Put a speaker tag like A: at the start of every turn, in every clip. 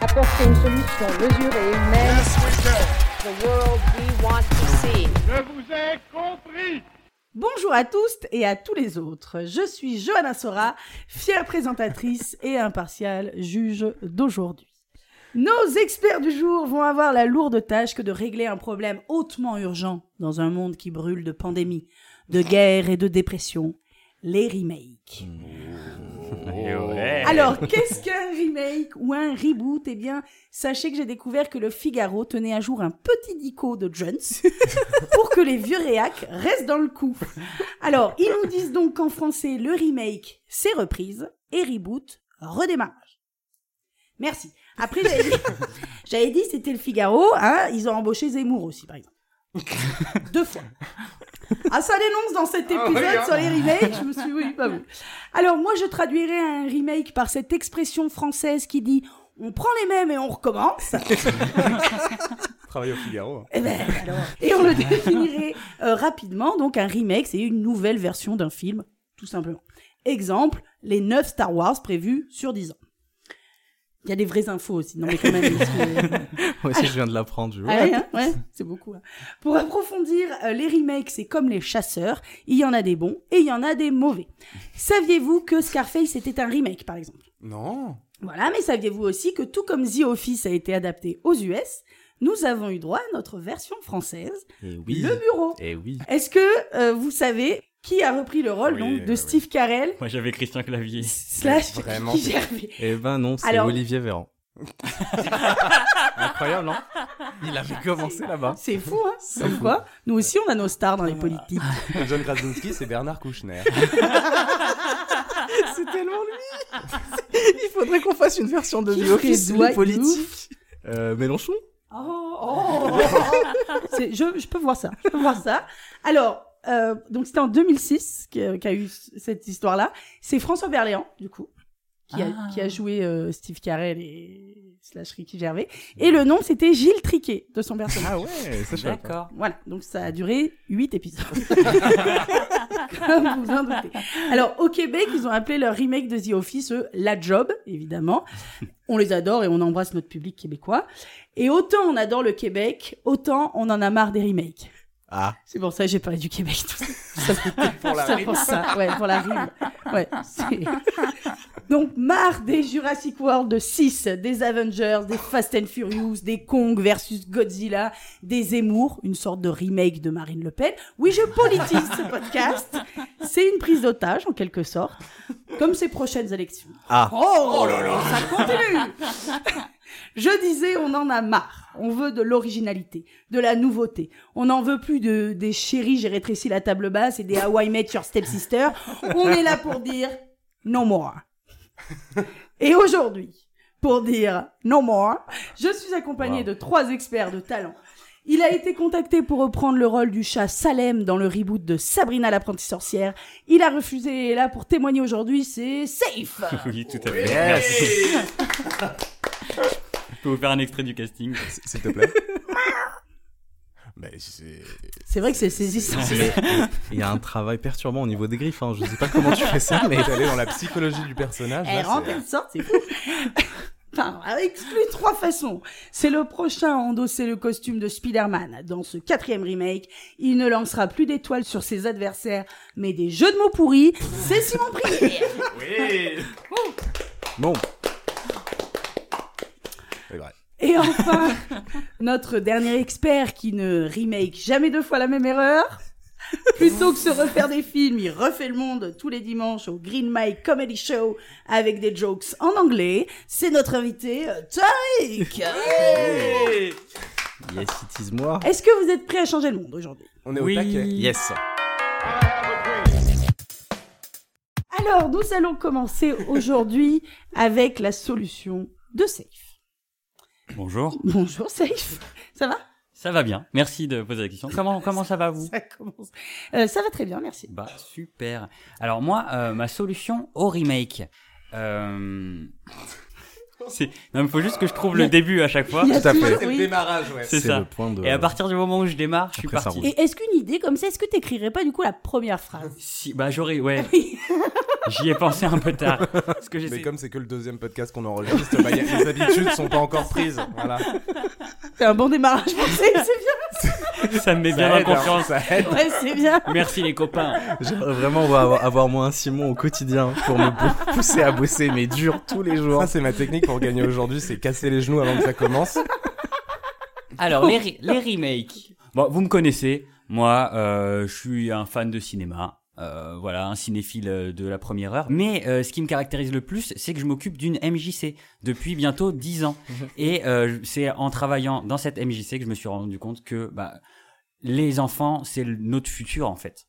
A: apporter une solution mesurée et humaine. The world we want to see.
B: Je vous ai compris
C: Bonjour à tous et à tous les autres. Je suis Johanna Sora, fière présentatrice et impartiale juge d'aujourd'hui. Nos experts du jour vont avoir la lourde tâche que de régler un problème hautement urgent dans un monde qui brûle de pandémie, de guerre et de dépression, les remakes. Alors, qu'est-ce qu'un remake ou un reboot Eh bien, sachez que j'ai découvert que le Figaro tenait à jour un petit dico de Jones pour que les vieux réacs restent dans le coup. Alors, ils nous disent donc qu'en français, le remake, c'est reprise, et reboot, redémarrage. Merci. Après, j'avais dit, j'avais dit c'était le Figaro, hein, ils ont embauché Zemmour aussi, par exemple. Deux fois. Ah, ça dénonce dans cet
B: Ah,
C: épisode
B: ouais, hein.
C: sur les remakes, je me suis oui, pas vous. Alors, moi, je traduirais un remake par cette expression française qui dit on prend les mêmes et on recommence.
D: Travailler au Figaro.
C: Eh ben, alors, et on le définirait euh, rapidement. Donc, un remake, c'est une nouvelle version d'un film, tout simplement. Exemple, les 9 Star Wars prévus sur 10 ans. Il y a des vraies infos aussi. Non, mais quand même. parce que-
D: Ouais, ça, je viens de l'apprendre, je vois.
C: Ah ouais, hein, ouais, c'est beaucoup. hein. Pour approfondir, euh, les remakes, c'est comme les chasseurs. Il y en a des bons et il y en a des mauvais. Saviez-vous que Scarface était un remake, par exemple
D: Non.
C: Voilà, mais saviez-vous aussi que tout comme The Office a été adapté aux US, nous avons eu droit à notre version française,
D: Et oui.
C: Le Bureau.
D: Et oui.
C: Est-ce que euh, vous savez qui a repris le rôle
E: Oui,
C: donc, de
E: oui.
C: Steve Carell
E: Moi j'avais Christian Clavier.
C: slash
D: vraiment.
C: Ricky Gervais
D: Eh ben non, c'est
C: Alors-
D: Olivier Véran. Incroyable, non Il avait commencé là-bas.
C: C'est fou, Ah. hein Comme quoi, nous aussi, on a nos stars dans les politiques.
F: John Krasinski, c'est Bernard Kouchner.
D: C'est tellement lui Il faudrait qu'on fasse une version de
C: Qui The Office, ferait lui, Dwight politique.
D: Euh, Mélenchon
C: Oh, oh, C'est- je, je peux voir ça. Je peux voir ça. Alors, euh, donc c'était en 2006 qu'a qu'a eu c- cette histoire-là. C'est François Berléand, du coup, qui a, qui a joué euh, Steve Carell et slash Ricky Gervais. Et le nom, c'était Gilles Triquet, de son personnage.
D: Ah ouais, ça je savais pas.
C: Voilà, donc ça a duré 8 épisodes. Comme vous en doutez. Alors, au Québec, ils ont appelé leur remake de The Office eux, La Job, évidemment. On les adore et on embrasse notre public québécois. Et autant on adore le Québec, autant on en a marre des remakes.
D: Ah.
C: C'est pour ça que j'ai parlé du Québec. Tout ça, pour la rime. Pour ça, ouais, pour la rime. Ouais, c'est- Donc, marre des Jurassic World 6, des Avengers, des Fast and Furious, des Kong versus Godzilla, des Zemmour, une sorte de remake de Marine Le Pen. Oui, je politise ce podcast. C'est une prise d'otage, en quelque sorte, comme ces prochaines élections.
D: Ah.
C: Oh, là là, ça continue Je disais, on en a marre. On veut de l'originalité, de la nouveauté. On n'en veut plus de des chéris, j'ai rétréci la table basse et des Hawaii Met Your Stepsister. On est là pour dire non more. Et aujourd'hui, pour dire non more, je suis accompagnée
D: Wow.
C: de trois experts de talent. Il a été contacté pour reprendre le rôle du chat Salem dans le reboot de Sabrina l'apprentie sorcière. Il a refusé et est là pour témoigner aujourd'hui, c'est safe.
E: oui, tout à fait. Merci. Je peux vous faire un extrait du casting.
D: S- S'il te plaît. Mais c'est.
C: C'est vrai que c'est saisissant.
D: Il y a un travail perturbant au niveau des griffes. Hein. Je sais pas comment tu fais ça, mais.
F: T'es allé dans la psychologie du personnage. là,
C: Elle Eh, rentre,
F: c'est-
C: elle sort, c'est fou. Enfin, exclu de trois façons. C'est le prochain à endosser le costume de Spider-Man. Dans ce quatrième remake, il ne lancera plus d'étoiles sur ses adversaires, mais des jeux de mots pourris. C'est Simon Prier.
D: Bon.
C: Et enfin, notre dernier expert qui ne remake jamais deux fois la même erreur. Plutôt que se refaire des films, il refait le monde tous les dimanches au Green Mike Comedy Show avec des jokes en anglais. C'est notre invité, euh, Tariq.
D: Yes, it is moi.
C: Est-ce que vous êtes prêt à changer le monde aujourd'hui
F: On est
E: Oui.
F: au taquet.
D: Yes.
C: Alors, nous allons commencer aujourd'hui avec la solution de Safe.
E: Bonjour.
C: Bonjour Safe, ça va
E: Ça va bien. Merci de poser la question. Comment, comment ça va vous
C: Ça commence. Euh, ça va très bien, merci.
E: Bah super. Alors moi, euh, ma solution au remake. Euh... c'est- Non, mais faut juste que je trouve le début Ah, à chaque fois.
C: Il y a
D: Tout à fait.
C: toujours-
F: C'est le
C: oui.
F: démarrage, ouais.
E: C'est ça.
D: le point de.
E: Et à partir du moment où je démarre, je suis
D: Après, ça
E: parti.
D: roule.
C: Et est-ce qu'une idée comme ça, est-ce que t'écrirais pas du coup la première phrase
E: Si, bah j'aurais, ouais. J'y ai pensé un peu tard. Parce que
F: Mais
E: j'essaie-
F: comme c'est que le deuxième podcast qu'on enregistre, bah, y a- les habitudes sont pas encore prises. Voilà.
C: C'est un bon démarrage. C'est c'est
E: ça me met bien
F: Ça
E: en
F: aide, hein,
E: confiance.
F: ça aide.
C: bien. Ouais, c'est bien.
E: Merci les copains.
D: J'aimerais vraiment avoir, avoir moi un Simon au quotidien pour me bou- pousser à bosser, mais dur tous les jours.
F: Ça, c'est ma technique pour gagner aujourd'hui, c'est casser les genoux avant que ça commence.
E: Alors, les, re- les remakes. Bon, vous me connaissez. Moi, euh, je suis un fan de cinéma. Euh, voilà, un cinéphile euh, de la première heure. Mais euh, ce qui me caractérise le plus, c'est que je m'occupe d'une MJC depuis bientôt 10 ans. Et euh, c'est en travaillant dans cette MJC que je me suis rendu compte que bah, les enfants, c'est le- notre futur en fait.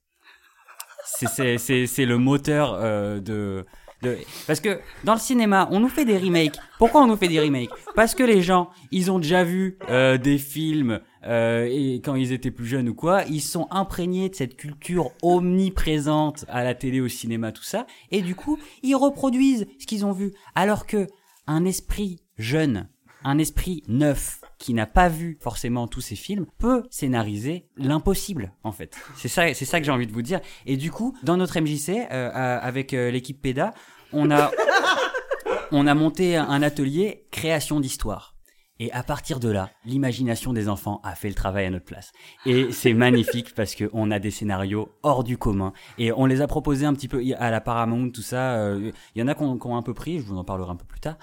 E: C'est- C'est c'est- c'est le moteur euh, de, de- Parce que dans le cinéma, on nous fait des remakes. Pourquoi on nous fait des remakes Parce que les gens, ils ont déjà vu euh, des films euh, et quand ils étaient plus jeunes ou quoi, ils sont imprégnés de cette culture omniprésente à la télé, au cinéma, tout ça. Et du coup, ils reproduisent ce qu'ils ont vu. Alors que un esprit jeune, un esprit neuf, qui n'a pas vu forcément tous ces films, peut scénariser l'impossible, en fait. C'est ça, c'est ça que j'ai envie de vous dire. Et du coup, dans notre MJC, euh, à- avec euh, l'équipe PEDA, on a, on a monté un atelier création d'histoire. Et à partir de là, l'imagination des enfants a fait le travail à notre place. Et c'est magnifique parce que on a des scénarios hors du commun. Et on les a proposés un petit peu à la Paramount, tout ça. euh, Il y en a qu'on qu'on a un peu pris, je vous en parlerai un peu plus tard.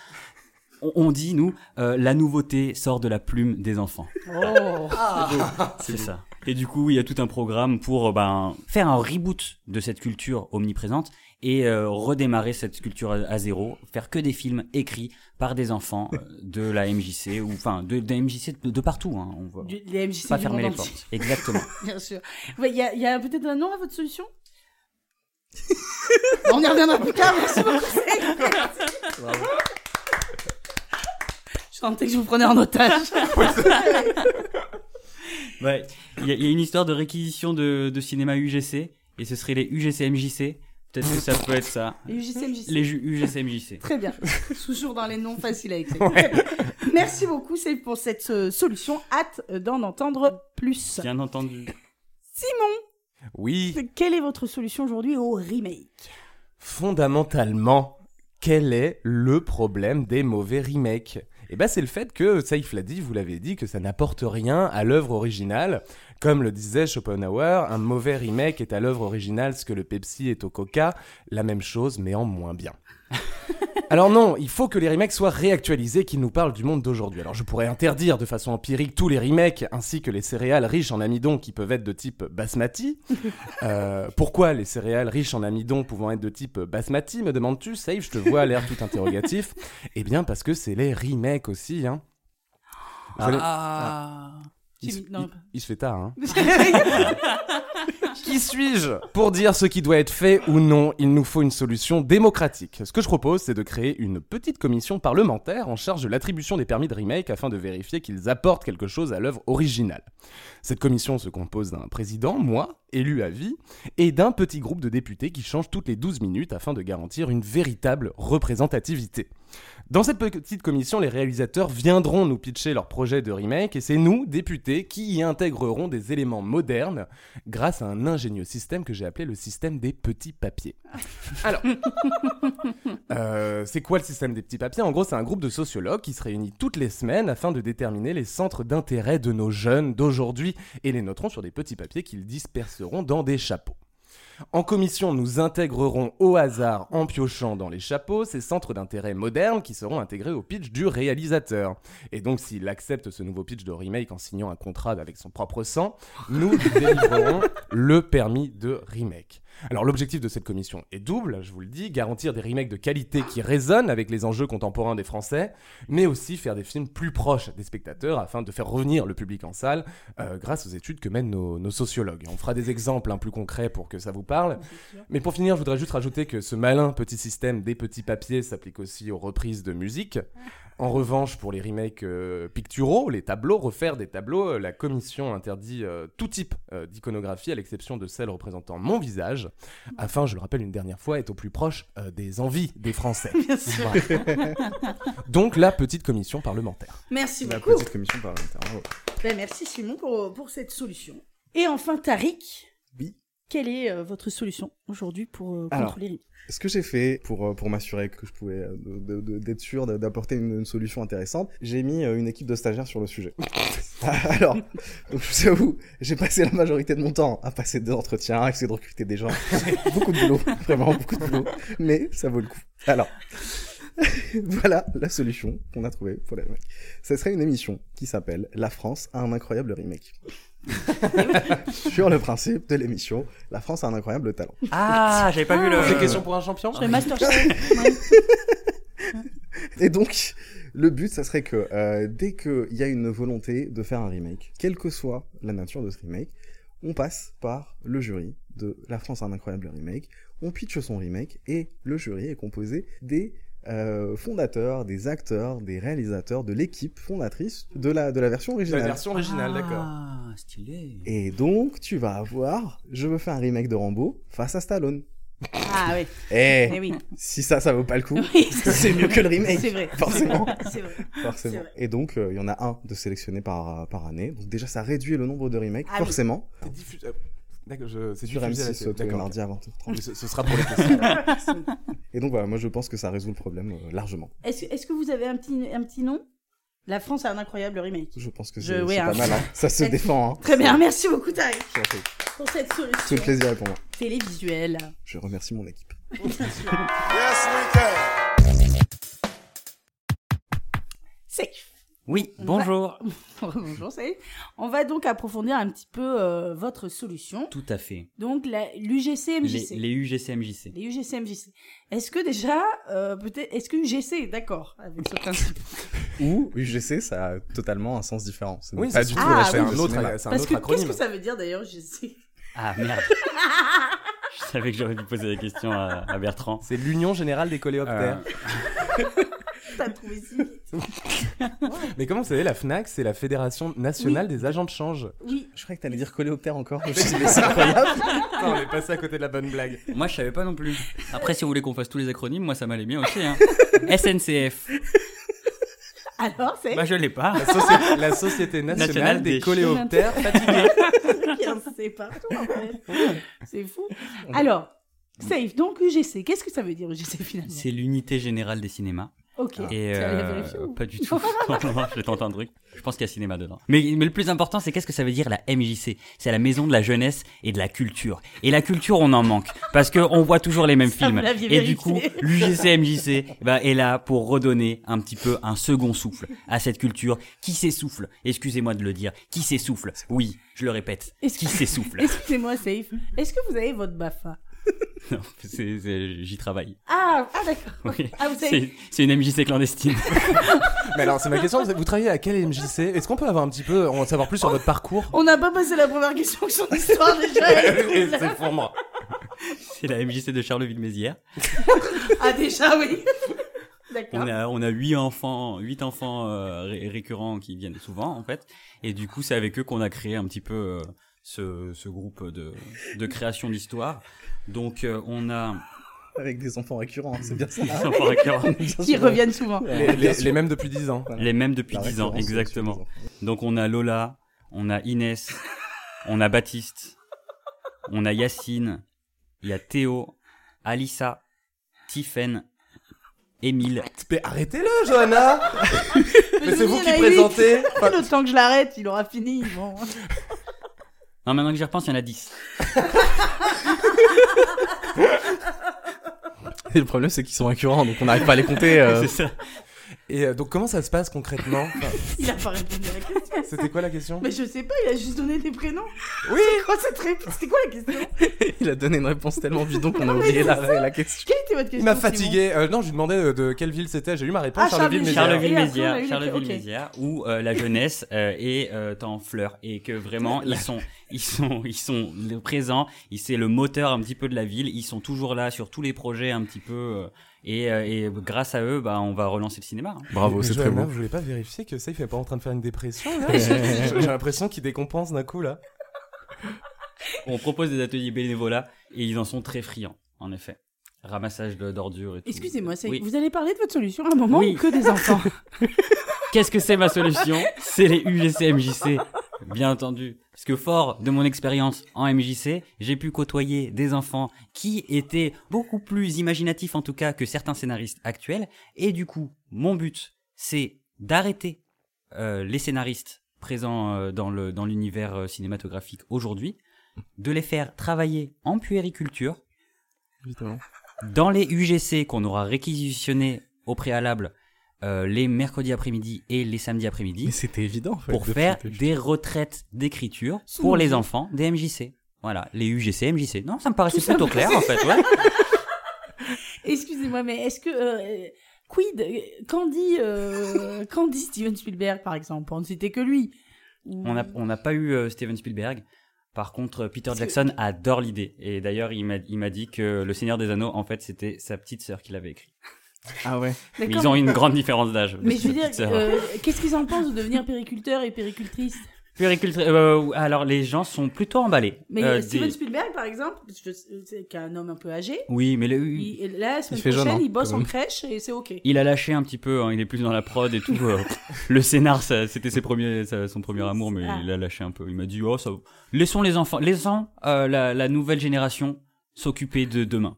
E: On- On dit, nous, euh, la nouveauté sort de la plume des enfants.
C: Oh.
E: Ah, C'est ça. Et du coup, il y a tout un programme pour euh, ben, faire un reboot de cette culture omniprésente et euh, redémarrer cette culture à, à zéro, faire que des films écrits par des enfants euh, de la MJC ou enfin de, de la MJC de, de partout. hein. On va
C: Du- les MJC
E: pas
C: du
E: fermer
C: monde
E: les
C: entier,
E: portes. Exactement.
C: Bien sûr. Ouais, Il y a, il y a peut-être un nom à votre solution On y reviendra plus tard. Merci beaucoup. Cédric. Je sentais que je vous prenais en otage.
E: Ouais. Il y, a- il y a une histoire de réquisition de, de cinéma UGC et ce serait les UGC MJC. Peut-être que ça peut être ça.
C: UJC, MJC.
E: Les ju- UGC MJC.
C: Très bien. Toujours dans les noms faciles à écrire. Merci beaucoup c'est pour cette euh, solution. Hâte euh, d'en entendre plus.
E: Bien entendu.
C: Simon,
F: Oui,
C: quelle est votre solution aujourd'hui au remake
F: fondamentalement, quel est le problème des mauvais remakes Eh ben, c'est le fait que, Saïf l'a dit, vous l'avez dit, que ça n'apporte rien à l'œuvre originale. Comme le disait Schopenhauer, un mauvais remake est à l'œuvre originale ce que le Pepsi est au Coca, la même chose mais en moins bien. Alors non, il faut que les remakes soient réactualisés, qu'ils nous parlent du monde d'aujourd'hui. Alors je pourrais interdire de façon empirique tous les remakes, ainsi que les céréales riches en amidon qui peuvent être de type basmati, euh, pourquoi les céréales riches en amidon pouvant être de type basmati, me demandes-tu Safe, je te vois à l'air tout interrogatif. eh bien, parce que c'est les remakes aussi. Hein. Vous allez- il, se,
C: J'ai mis- Ah. non.
F: il- il se fait tard. Hein. Qui suis-je Pour dire ce qui doit être fait ou non, il nous faut une solution démocratique. Ce que je propose, c'est de créer une petite commission parlementaire en charge de l'attribution des permis de remake afin de vérifier qu'ils apportent quelque chose à l'œuvre originale. Cette commission se compose d'un président, moi, élu à vie, et d'un petit groupe de députés qui change toutes les 12 minutes afin de garantir une véritable représentativité. Dans cette petite commission, les réalisateurs viendront nous pitcher leurs projets de remake et c'est nous, députés, qui y intégrerons des éléments modernes grâce à un ingénieux système que j'ai appelé le système des petits papiers. Alors, euh, c'est quoi le système des petits papiers En gros, c'est un groupe de sociologues qui se réunit toutes les semaines afin de déterminer les centres d'intérêt de nos jeunes d'aujourd'hui et les noteront sur des petits papiers qu'ils disperseront dans des chapeaux. En commission, nous intégrerons au hasard, en piochant dans les chapeaux, ces centres d'intérêt modernes qui seront intégrés au pitch du réalisateur. Et donc, s'il accepte ce nouveau pitch de remake en signant un contrat avec son propre sang, nous lui délivrerons le permis de remake. Alors, l'objectif de cette commission est double, je vous le dis, garantir des remakes de qualité qui résonnent avec les enjeux contemporains des Français, mais aussi faire des films plus proches des spectateurs afin de faire revenir le public en salle euh, grâce aux études que mènent nos, nos sociologues. On fera des exemples hein, plus concrets pour que ça vous parle. Mais pour finir, je voudrais juste rajouter que ce malin petit système des petits papiers s'applique aussi aux reprises de musique. En revanche, pour les remakes euh, picturaux, les tableaux, refaire des tableaux, euh, la commission interdit euh, tout type euh, d'iconographie, à l'exception de celle représentant mon visage, afin, je le rappelle une dernière fois, être au plus proche euh, des envies des Français.
C: Bien sûr.
F: Voilà. Donc la petite commission parlementaire.
C: Merci
D: La
C: beaucoup.
D: petite commission parlementaire. bravo.
C: Ben, merci Simon pour, pour cette solution. Et enfin Tariq.
D: Oui.
C: Quelle est euh, votre solution aujourd'hui pour euh, contre
G: Alors.
C: les remakes
G: Ce que j'ai fait pour, euh, pour m'assurer que je pouvais euh, de- de- d'être sûr de- d'apporter une, une solution intéressante, j'ai mis euh, une équipe de stagiaires sur le sujet. Alors, donc je vous avoue, j'ai passé la majorité de mon temps à passer des entretiens, à essayer de recruter des gens. beaucoup de boulot, vraiment beaucoup de boulot, mais ça vaut le coup. Alors, voilà la solution qu'on a trouvée pour la remake. Ce serait une émission qui s'appelle La France a un incroyable remake. sur le principe de l'émission, La France a un incroyable talent.
E: Ah, j'avais pas vu le.
F: C'est question pour un champion
C: Sur le Master Chef, ouais.
G: Et donc, le but, ça serait que euh, dès qu'il y a une volonté de faire un remake, quelle que soit la nature de ce remake, on passe par le jury de La France a un incroyable remake, on pitche son remake, et le jury est composé des euh, fondateurs, des acteurs, des réalisateurs, de l'équipe fondatrice de la, de la version
F: La
G: originale.
F: version originale, d'accord.
E: Ah, stylé.
G: Et donc, tu vas avoir Je veux faire un remake de Rambo face à Stallone.
C: Ah oui,
G: Eh,
C: eh oui.
G: si ça, ça vaut pas le coup,
C: Oui,
G: c'est mieux que le remake.
C: C'est vrai.
G: Forcément.
C: C'est vrai. C'est
G: Forcément.
C: vrai.
G: Et donc, euh, il y en a un de sélectionné par, euh, par année. Donc, déjà, ça réduit le nombre de remakes,
C: Ah oui.
G: forcément.
F: C'est diffusé- euh, D'accord, je- c'est
G: Sur
F: diffusé à la
G: M6
F: télé,
G: euh, tous les
F: d'accord.
G: mardis avant 30.
F: Mais Ce, ce sera pour les questions.
G: Et donc, voilà, moi, je pense que ça résout le problème euh, largement.
C: Est-ce est-ce que vous avez un petit, un petit nom La France a un incroyable remake.
G: Je pense que
C: Je-
G: c'est
C: oui,
G: c'est
C: hein.
G: pas mal. hein. Ça se
C: Merci.
G: défend. Hein.
C: Très bien, merci beaucoup, Tariq,
G: Ça fait-
C: pour cette
G: Tout le
C: solution
G: plaisir est pour moi.
C: télévisuelle.
G: Je remercie mon équipe.
C: Safe.
E: Oui, bonjour.
C: Bonjour, safe. On va donc approfondir un petit peu euh, votre solution.
E: Tout à fait.
C: Donc,
E: Les,
C: l'UGC-MJC.
E: les UGC-MJC.
C: Les UGC-MJC. Est-ce que déjà, euh, peut-être, est-ce que UGC est d'accord avec ce principe
G: Ou UGC, ça a totalement un sens différent. Ce n'est
F: Oui,
G: pas
F: c'est
G: du
F: du
G: tout
C: Ah,
G: la
F: c'est
G: chaîne
F: un
G: de
F: autre,
G: cinéma.
F: c'est
C: Parce
F: un autre
C: que qu'est-ce que
F: acronyme.
C: ça veut dire d'ailleurs, UGC
E: Ah merde. Je savais que j'aurais dû poser la question à, à Bertrand. Euh,
F: C'est l'Union Générale des Coléoptères.
C: T'as trouvé si vite.
F: Mais comment vous savez, la FNAC, c'est la Fédération Nationale des Agents de Change.
C: Oui,
G: Je croyais que t'allais dire coléoptère encore. Je me suis dit, mais c'est incroyable.
F: on est passé à côté de la bonne blague.
E: Moi, je savais pas non plus. Après, si vous voulez qu'on fasse tous les acronymes, moi, ça m'allait bien aussi. Hein. SNCF.
C: alors c'est
E: Bah, je l'ai pas.
F: La, société- la Société Nationale,
E: Nationale
F: des,
E: des
F: Coléoptères.
C: Il y en sait partout en fait. C'est fou. Alors, safe, donc UGC, qu'est-ce que ça veut dire UGC finalement
E: C'est l'unité générale des cinémas.
C: Ok.
E: Et
C: Ça, il a
E: euh,
C: vérifié ou
E: pas du tout. Non, non, je tente un truc. Je pense qu'il y a cinéma dedans. Mais, mais le plus important, c'est qu'est-ce que ça veut dire la MJC C'est la maison de la jeunesse et de la culture. Et la culture, on en manque parce que on voit toujours les mêmes
C: Ça,
E: films.
C: vous l'aviez
E: Et du
C: vérifié.
E: coup, l'UGC MJC bah, est là pour redonner un petit peu un second souffle à cette culture qui s'essouffle. Excusez-moi de le dire, qui s'essouffle. Oui, je le répète,
C: Est-ce
E: qui
C: que-
E: s'essouffle.
C: Excusez-moi, safe. Est-ce que vous avez votre BAFA
E: Non, c'est- c'est- J'y travaille.
C: Ah, ah d'accord.
E: Oui.
C: Ah, vous savez.
E: C'est c'est une MJC clandestine.
F: Mais alors, c'est ma question, vous travaillez à quelle MJC Est-ce qu'on peut avoir un petit peu, en savoir plus sur votre parcours
C: On n'a pas passé la première question que son histoire déjà. elle est trop bizarre.
F: C'est pour moi.
E: C'est la MJC de Charleville-Mézières.
C: ah déjà oui. D'accord.
E: On a, on a huit enfants, huit enfants euh, ré- récurrents qui viennent souvent en fait, et du coup c'est avec eux qu'on a créé un petit peu euh, ce, ce groupe de, de création d'histoire. Donc euh, on a
G: Avec des enfants récurrents, hein, c'est bien ça.
E: des enfants récurrents,
C: Qui reviennent souvent.
F: Les, les- les mêmes depuis 10 ans.
E: les mêmes depuis
G: La
E: dix ans
G: récurrence,
E: exactement. Donc on a Lola, on a Inès, on a Baptiste, on a Yacine, il y a Théo, Alissa, Tiffen, Émile.
F: Mais arrêtez-le, Johanna Mais c'est
C: Julie,
F: vous
C: elle
F: qui
C: a huit.
F: présentez
C: Le temps que je l'arrête, il aura fini. Bon.
E: Non maintenant que j'y repense il y en a dix.
G: Et le problème, c'est qu'ils sont récurrents, donc on n'arrive pas à les compter. euh,
E: C'est ça.
F: Et euh, donc, comment ça se passe concrètement Enfin,
C: Il a pas répondu à la question.
F: C'était quoi la question
C: Mais je sais pas, il a juste donné des prénoms.
F: Oui.
C: C'est quoi cette réponse C'était quoi la question
G: Il a donné une réponse tellement bidon qu'on a oublié la, la question.
C: Quelle était votre question
F: Il m'a
C: Simon
F: fatigué. Euh, non, je lui demandais euh, de quelle ville c'était. J'ai eu ma réponse.
C: Ah,
F: Charleville-Mézières.
C: Charleville. Et
E: Charleville-Mézières,
C: après, on a eu les-
E: Charleville-Mézières, où euh, la jeunesse euh, est euh, en fleurs et que vraiment ils sont, ils sont, ils sont le présents. ils- C'est le moteur un petit peu de la ville. Ils sont toujours là sur tous les projets un petit peu euh, et, euh, et grâce à eux, bah on va relancer le cinéma. hein.
G: Bravo,
F: Mais
G: c'est très
F: Johanna,
G: beau.
F: Je voulais pas vérifier que Safe est pas en train de faire une dépression. là. J'ai j'ai l'impression qu'il décompense d'un coup là.
E: On propose des ateliers bénévolat et ils en sont très friands, en effet. Ramassage de- d'ordures et tout.
C: Excusez-moi, c'est...
E: Oui.
C: vous allez parler de votre solution à un moment
E: Oui.
C: ou que des enfants
E: Qu'est-ce que c'est ma solution C'est les UGC MJC, bien entendu. Parce que fort de mon expérience en MJC, j'ai pu côtoyer des enfants qui étaient beaucoup plus imaginatifs en tout cas que certains scénaristes actuels. Et du coup, mon but, c'est d'arrêter euh, les scénaristes présents euh, dans le- dans l'univers euh, cinématographique aujourd'hui, de les faire travailler en puériculture
F: Évidemment.
E: dans les UGC qu'on aura réquisitionnés au préalable euh, les mercredis après-midi et les samedis
G: Mais
E: après-midi
G: c'était évident, en fait,
E: pour
G: de
E: faire
G: traiter le
E: des retraites d'écriture
C: Sous
E: pour les
C: le-
E: enfants des MJC. Voilà, les UGC, MJC. Non, ça me paraissait
C: Tout ça
E: plutôt
C: me
E: clair en fait. Ouais.
C: Excusez-moi, mais est-ce que. euh, quid euh, Qu'en dit, euh, qu'en dit Steven Spielberg, par exemple On ne citait que lui. Ou-
E: On n'a on n'a pas eu euh, Steven Spielberg. Par contre, euh, Peter
C: Parce que-
E: Jackson adore l'idée. Et d'ailleurs, il m'a- il m'a dit que Le Seigneur des Anneaux, en fait, c'était sa petite sœur qui l'avait écrit.
D: Ah ouais.
E: Mais
C: D'accord.
E: ils ont une grande différence d'âge.
C: Mais
E: parce
C: je veux
E: que
C: dire,
E: petite sœur-
C: euh, qu'est-ce qu'ils en pensent de devenir périculteur et péricultrice
E: Puéricultri- euh, alors, les gens sont plutôt emballés.
C: Mais
E: Euh,
C: Steven
E: des-
C: Spielberg, par exemple, je- c'est qu'un homme un peu âgé,
E: Oui, mais le,
C: il- là, la semaine
G: fait jeune,
C: prochaine,
G: hein,
C: il bosse
G: quand
C: en
G: même.
C: crèche et c'est OK.
E: Il a lâché un petit peu, hein, il est plus dans la prod et tout. euh, le scénar, ça, c'était ses premiers, ça- son premier amour, mais
C: Ah.
E: il a lâché un peu. Il m'a dit, oh, ça... laissons les enfants, laissons euh, la, la nouvelle génération s'occuper de demain.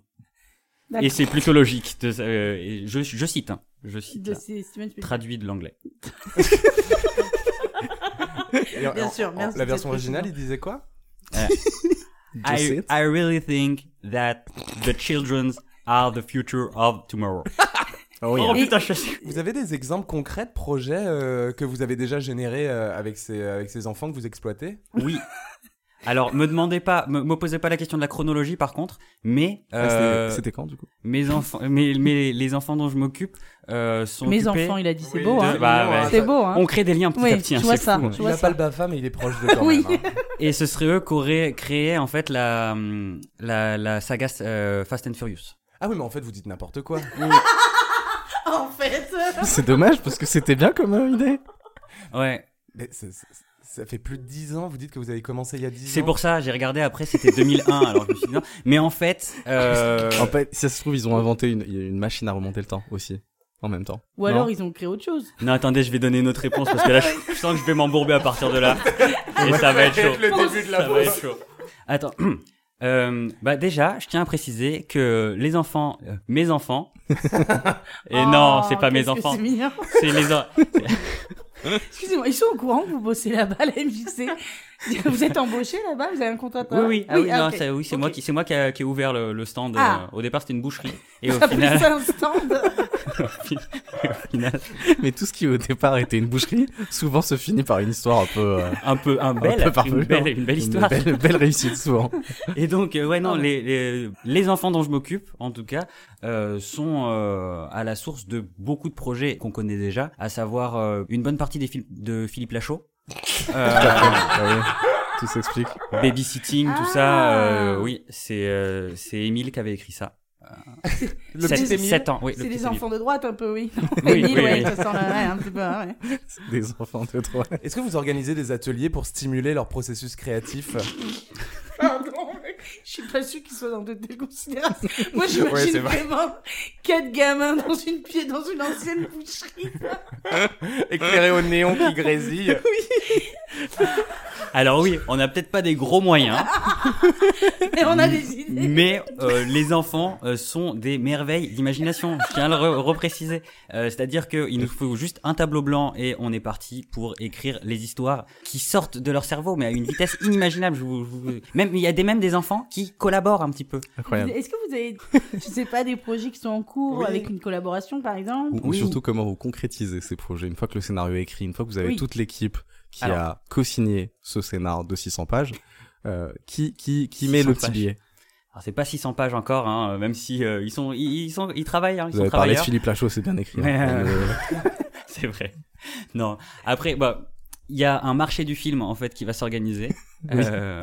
C: D'accord.
E: Et c'est plutôt logique. de- euh, et je, je cite, hein, je cite,
C: De
E: là,
C: ces Steven Spielberg.
E: traduit de l'anglais.
C: Bien sûr, merci
F: La
C: de
F: version
C: cette précision.
F: originale, il disait quoi
G: Ah,
E: I, I really think that the children are the future of tomorrow.
D: Oh,
E: Oh
C: Et-
E: putain, je-
F: Vous avez des exemples concrets de projets euh, que vous avez déjà générés euh, avec, ces, avec ces enfants que vous exploitez
E: Oui. Alors, me demandez pas, me, me posez pas la question de la chronologie par contre, mais
D: Ah, c'était-
E: euh,
D: C'était quand du coup
E: Mes enfants, mes, mes- les enfants dont je m'occupe euh, sont
C: Mes
E: occupés.
C: enfants, il a dit, c'est
F: Oui,
C: beau,
F: de-
C: hein.
E: Bah, ouais.
C: C'est beau, hein.
E: On crée des liens petit
C: Oui,
E: à petit, hein,
C: je vois
E: c'est
C: ça.
E: fou, hein.
C: Je
F: Il
C: vois
F: n'a
C: ça.
F: pas le BAFA, mais il est proche de quand
C: Oui.
F: même, hein.
E: Et ce serait eux qui auraient créé en fait la hum, la, la saga euh, Fast and Furious.
F: Ah oui, mais en fait, vous dites n'importe quoi.
C: En fait,
G: C'est dommage parce que c'était bien comme euh, idée.
E: Ouais.
F: Mais c'est- c'est- ça fait plus de 10 ans, vous dites que vous avez commencé il y a 10 ans.
E: C'est pour ça, j'ai regardé après, c'était 2001, alors je me suis dit non. Mais en fait, euh,
G: En fait, si ça se trouve, ils ont inventé une, une machine à remonter le temps aussi, en même temps.
C: ou alors ils ont créé autre chose.
E: non, attendez, je vais donner une autre réponse parce que là, je, je sens que je vais m'embourber à partir de là. Et ça va être chaud.
F: début de
E: Ça va être chaud. Attends. Euh, bah déjà, je tiens à préciser que les enfants, euh, mes enfants, et non,
C: Oh,
E: c'est pas mes
C: qu'est-ce que
E: enfants,
C: C'est mignon.
E: c'est les en-
C: Excusez-moi, ils sont au courant que vous bossez là-bas à la MJC. vous êtes embauché là-bas Vous avez un contrat de
E: Oui,
C: travail
E: oui, ah oui, non,
C: ok.
E: c'est- oui, c'est
C: Ok.
E: moi qui, c'est moi qui a, qui ai ouvert le, le stand.
C: Ah.
E: euh, au départ, c'était une boucherie, et au
C: Ça fait
E: final,
C: ça un stand.
E: au final,
G: Mais tout ce qui au départ était une boucherie, souvent se finit par une histoire un peu, euh,
E: un peu, un bel,
G: peu
E: une
G: farfelue,
E: belle,
G: hein.
E: une belle
G: une
E: histoire.
G: belle, belle réussite souvent.
E: Et donc, euh, ouais, non,
C: Pardon.
E: les, les, les enfants dont je m'occupe, en tout cas, euh, sont euh, à la source de beaucoup de projets qu'on connaît déjà, à savoir euh, une bonne partie des films de Philippe Lachaud. Euh,
G: Ah oui, tout s'explique.
E: babysitting, tout
C: Ah.
E: ça, euh, oui, c'est euh, c'est Émile qui avait écrit ça.
F: Le
E: Sept-
F: petit Émile.
E: sept ans, oui. le
C: C'est
E: petit
C: des
E: Émile.
C: enfants de droite un peu, oui.
E: Oui,
C: Émile,
E: oui,
C: ouais,
E: oui.
C: ça sent la- ouais, un petit peu. hein, ouais.
G: Des enfants de droite.
F: Est-ce que vous organisez des ateliers pour stimuler leur processus créatif
C: Pardon, mais je suis pas sûre qu'ils soient dans de telles considérations. Moi,
F: Ouais,
C: j'imagine
F: c'est vrai.
C: vraiment quatre gamins dans une pied dans une ancienne boucherie.
F: Éclairé au néon qui grésille.
E: Alors oui, on n'a peut-être pas des gros moyens,
C: Et on a des idées.
E: mais euh, les enfants euh, sont des merveilles d'imagination. Je tiens à le re- repréciser. Euh, C'est-à-dire qu'il nous faut juste un tableau blanc et on est parti pour écrire les histoires qui sortent de leur cerveau, mais à une vitesse inimaginable. Je vous- je vous- Même il y a des même des enfants qui collaborent un petit peu.
G: Incroyable.
C: Est-ce que vous avez, je sais pas, des projets qui sont en cours
F: Oui.
C: avec une collaboration, par exemple
G: Ou, ou
E: Oui.
G: surtout comment vous concrétisez ces projets une fois que le scénario est écrit, une fois que vous avez
C: Oui.
G: toute l'équipe qui
E: Alors.
G: a co-signé ce scénario de 600 pages, euh, qui, qui, qui met
E: 600
G: le petit
E: pages.
G: billet
E: Alors c'est pas 600 pages encore, hein, même si euh, ils sont ils, ils sont ils travaillent, hein, ils
G: Vous
E: sont
G: avez parlé de
E: travailleurs.
G: Philippe Lachaud, c'est bien écrit. hein.
E: Mais, euh,
G: Euh,
E: C'est vrai. Non. Après, bah, il y a un marché du film en fait qui va s'organiser. Euh,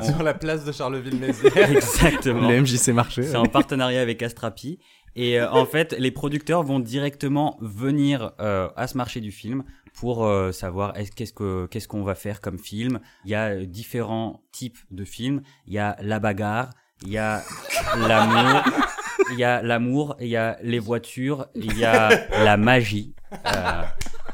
F: Sur la place de Charleville-Mézières.
E: Exactement.
G: Le MJC marché. euh,
E: C'est en partenariat avec Astrapi. Et euh, en fait, les producteurs vont directement venir euh, à ce marché du film pour euh, savoir est-ce- qu'est-ce que qu'est-ce qu'on va faire comme film. Il y a euh, différents types de films. Il y a la bagarre, il y a l'amour, il y a l'amour, il y a les voitures, il y a la magie. Euh,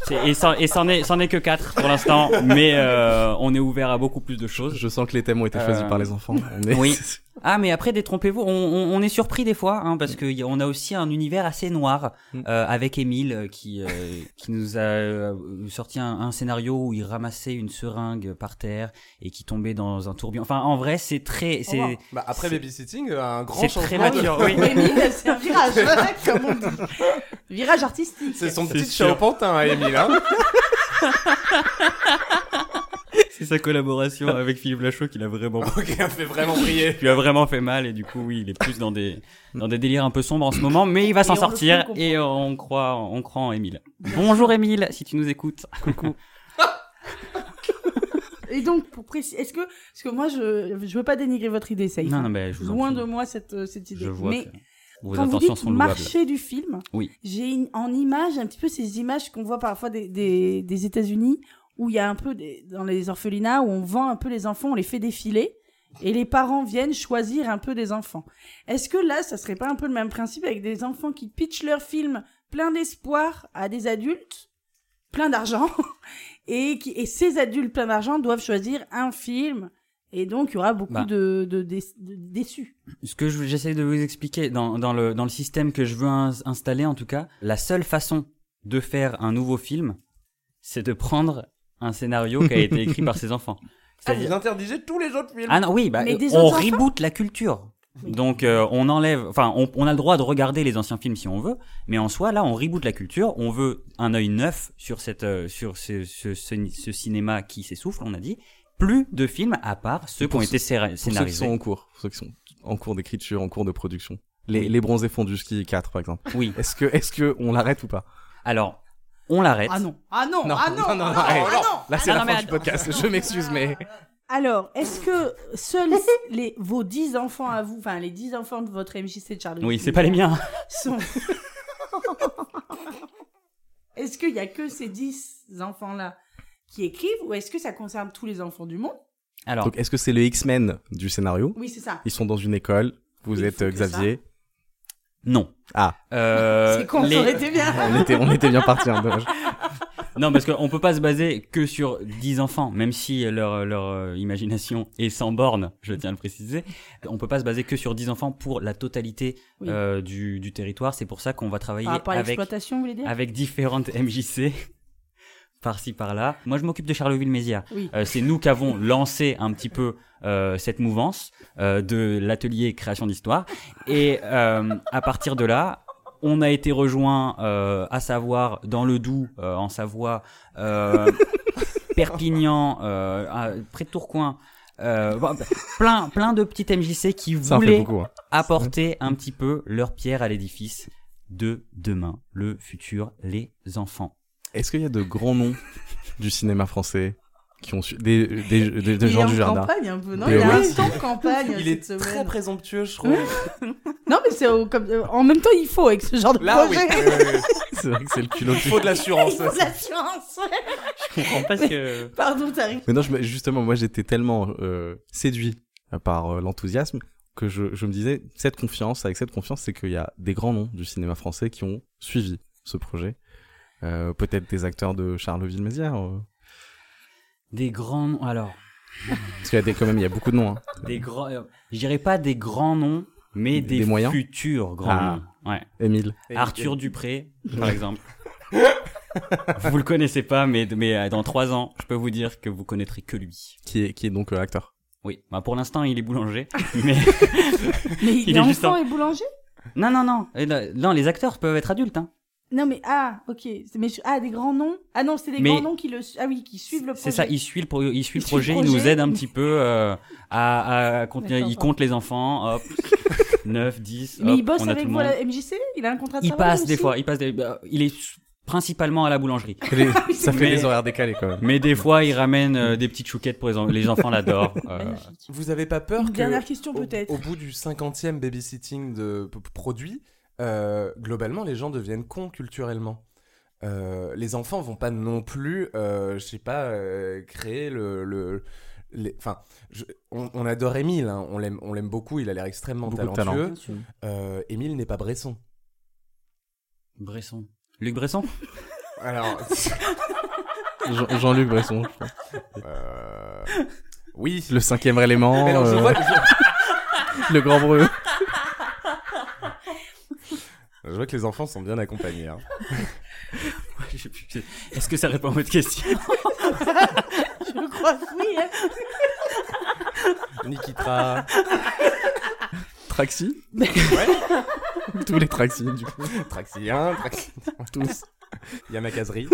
E: C'est- Et c'en et c'en est, c'en est que 4 pour l'instant, mais euh, on est ouvert à beaucoup plus de choses.
G: Je sens que les thèmes ont été choisis
E: Euh,
G: par les enfants. mais-
E: oui. Ah, mais après, détrompez-vous, on, on- on est surpris des fois, hein, parce qu'on a aussi un univers assez noir euh, avec Émile euh, qui, euh, qui nous a euh, sorti un, un scénario où il ramassait une seringue par terre et qui tombait dans un tourbillon. Enfin, en vrai, c'est très. c'est-
C: wow.
F: Bah, après babysitting, un grand
E: C'est très
F: changement. de-
E: mature, oui.
C: Émile, c'est un virage, hein, comme on dit. Virage artistique.
F: C'est son
E: C'est
F: petit
E: sûr.
F: chat au pantin, hein, Émile. hein.
E: C'est sa collaboration avec Philippe Lachaud qui l'a vraiment
F: ok, on fait vraiment briller.
E: lui a vraiment fait mal et du coup oui il est plus dans des dans des délires un peu sombres en ce moment mais il va s'en
C: on le
E: sortir
C: fait comprendre.
E: et on croit on croit en Émile. Bonjour Émile si tu nous écoutes.
C: Et donc, pour préciser, est-ce que, parce que moi, je, je veux pas dénigrer votre idée, ça y est.
E: Non non mais je vous en
C: Loin
E: prie.
C: de moi cette, euh, cette idée.
E: Je vois
C: Mais
E: que vos
C: quand vous
E: intentions
C: dites
E: sont louables.
C: marché du film,
E: Oui.
C: j'ai une- en image un petit peu ces images qu'on voit parfois des, des, des États-Unis où il y a un peu des- dans les orphelinats où on vend un peu les enfants, on les fait défiler et les parents viennent choisir un peu des enfants. Est-ce que là, ça serait pas un peu le même principe avec des enfants qui pitchent leur film plein d'espoir à des adultes, plein d'argent, et, qui, et ces adultes plein d'argent doivent choisir un film et donc il y aura beaucoup
E: Bah.
C: de, de, dé- de déçus.
E: Ce que je- j'essaie de vous expliquer dans dans le dans le système que je veux ins- installer en tout cas, la seule façon de faire un nouveau film, c'est de prendre un scénario qui a été écrit par ses enfants.
F: Ah,
E: C'est-à-dire-
F: vous interdisez tous les autres films.
E: Ah non, oui, bah,
C: Mais
E: euh,
C: des
E: on
C: autres enfants
E: reboot la culture. Donc euh, on enlève, enfin on, on a le droit de regarder les anciens films si on veut, mais en soi là on reboot la culture, on veut un œil neuf sur cette, euh, sur ce, ce, ce- ce cinéma qui s'essouffle, on a dit. Plus de films à part ceux qui
G: Pour
E: ont
G: ceux-
E: été scéra-
G: Pour ceux qui sont
E: scénarisés.
G: en cours, pour ceux qui sont en cours d'écriture, en cours de production. Les, les bronzés fondus du ski 4 par exemple.
E: Oui.
G: Est-ce que est-ce que on l'arrête ou pas
E: Alors on l'arrête.
C: Ah non, ah non, ah non, ah non,
G: hey,
C: ah non.
G: Là c'est
E: Ah
G: la
E: non,
G: fin
E: mais
G: du podcast. Je m'excuse mais
C: Alors, est-ce que seuls les, vos 10 enfants à vous, enfin les 10 enfants de votre MJC de Charlie
E: Oui, c'est pas les miens.
C: sont... est-ce qu'il y a que ces 10 enfants-là qui écrivent ou est-ce que ça concerne tous les enfants du monde
E: Alors
G: donc est-ce que c'est le X-Men du scénario
C: Oui, c'est ça.
G: Ils sont dans une école. Vous
C: Il
G: êtes
C: faut
G: euh,
C: que ça.
G: Xavier.
E: non.
G: Ah.
E: Euh,
C: c'est con,
E: les-
C: ça aurait été bien.
G: on était on était bien parti. Hein, dommage.
E: Non, parce qu'on peut pas se baser que sur 10 enfants, même si leur, leur euh, imagination est sans borne, je tiens à le préciser. On peut pas se baser que sur 10 enfants pour la totalité
C: Oui.
E: euh, du, du territoire. C'est pour ça qu'on va travailler
C: Par rapport à
E: avec,
C: l'exploitation, vous voulez dire
E: avec différentes MJC, par-ci, par-là. Moi, je m'occupe de Charleville-Mézières.
C: Oui.
E: Euh, c'est nous qui avons lancé un petit peu euh, cette mouvance euh, de l'atelier création d'histoire. Et euh, à partir de là, on a été rejoint euh, à savoir dans le Doubs, euh, en Savoie, euh, Perpignan, euh, à- près de Tourcoing. euh, bah, plein plein de petites MJC qui
G: Ça en fait
E: voulaient
G: beaucoup. hein.
E: apporter un petit peu leur pierre à l'édifice de demain, le futur, les enfants.
G: Est-ce qu'il y a de grands noms du cinéma français qui ont su... des des, des- des
C: Il est
G: gens
C: en
G: du jardin
C: campagne un peu, non
G: Mais
C: Il a
G: oui.
C: un temps de campagne
F: Il
C: cette
F: est très
C: semaine.
F: présomptueux, je trouve.
C: Non, mais c'est au- comme... euh, en même temps, il faut avec ce genre de
F: Là, oui.
C: projet.
G: C'est vrai que c'est le culot.
F: Il faut de l'assurance.
C: Il faut l'assurance.
E: Je comprends pas ce que...
C: Pardon, t'arrives.
G: Mais non, je me- justement, moi j'étais tellement euh, séduit par euh, l'enthousiasme que je, je me disais, cette confiance, avec cette confiance, c'est qu'il y a des grands noms du cinéma français qui ont suivi ce projet. Euh, Peut-être des acteurs de Charleville-Mézières. euh.
E: Des grands noms... Alors,
G: Parce qu'il y a des, quand même, il y a beaucoup de noms. hein.
E: des grands... euh, Je dirais pas des grands noms, mais
G: Des
E: des,
G: moyens
E: futurs grands
G: Ah.
E: noms. Ouais.
G: Émile.
E: Arthur Dupré, par exemple. vous le connaissez pas, mais, mais euh, dans trois ans, je peux vous dire que vous connaîtrez que lui.
G: Qui est, qui est donc euh, acteur.
E: Oui, bah pour l'instant, il est boulanger, mais...
C: Mais il,
E: Il
C: est,
E: est juste
C: enfant
E: un-
C: et boulanger
E: Non, non, non. Et là- euh, Non, les acteurs peuvent être adultes, hein.
C: Non mais ah ok C'est- mais je- ah des grands noms ah non c'est des
E: Mais-
C: grands noms qui le su- ah oui qui suivent le projet
E: C'est ça, il suit le, pro- il suit
C: Il
E: le
C: suit
E: projet,
C: le
E: il nous
C: projet.
E: aide un petit peu euh, à, à compter,
C: D'accord.
E: il compte les enfants, hop, 9, 10,
C: mais
E: hop,
C: il bosse
E: on a
C: avec
E: tout le
C: vous
E: monde.
C: à la MJC il a un contrat de
E: Il
C: travail
E: passe des
C: aussi
E: fois, il passe des- bah, il est principalement à la boulangerie.
G: Les- ça fait
E: Mais-
G: des horaires décalés quand même.
E: Mais des fois, il ramène euh, des petites chouquettes pour les, en- les enfants l'adorent. euh.
C: Magnifique.
F: Vous avez pas peur
C: une
F: que
C: dernière question
E: Oh,
F: au-
C: peut-être
F: Au, bout du 50e babysitting de p- p- produit, euh, globalement, les gens deviennent cons culturellement. Euh, les enfants vont pas non plus, euh, je sais pas, euh, créer le. le- les- Enfin, je- on, on adore Émile, hein, on l'aime, on l'aime beaucoup, il a l'air extrêmement
G: Beaucoup de talent.
F: talentueux.
C: Bien sûr.
F: Euh, Émile n'est pas Bresson.
E: Bresson. Luc Bresson
F: Alors,
G: Jean- Jean-Luc Bresson, je pense.
F: euh, oui.
G: Le cinquième élément,
F: Mais non, je
G: euh,
F: vois- je-
G: le grand breu.
F: je vois que les enfants sont bien accompagnés. hein.
E: J'ai plus- Est-ce que ça répond à votre question oh.
C: Je crois que oui. hein.
F: Nikitra,
G: Traxi Tous les Traxi, du coup.
F: Traxi 1, Traxi
G: Tous.
F: Yamakazerie.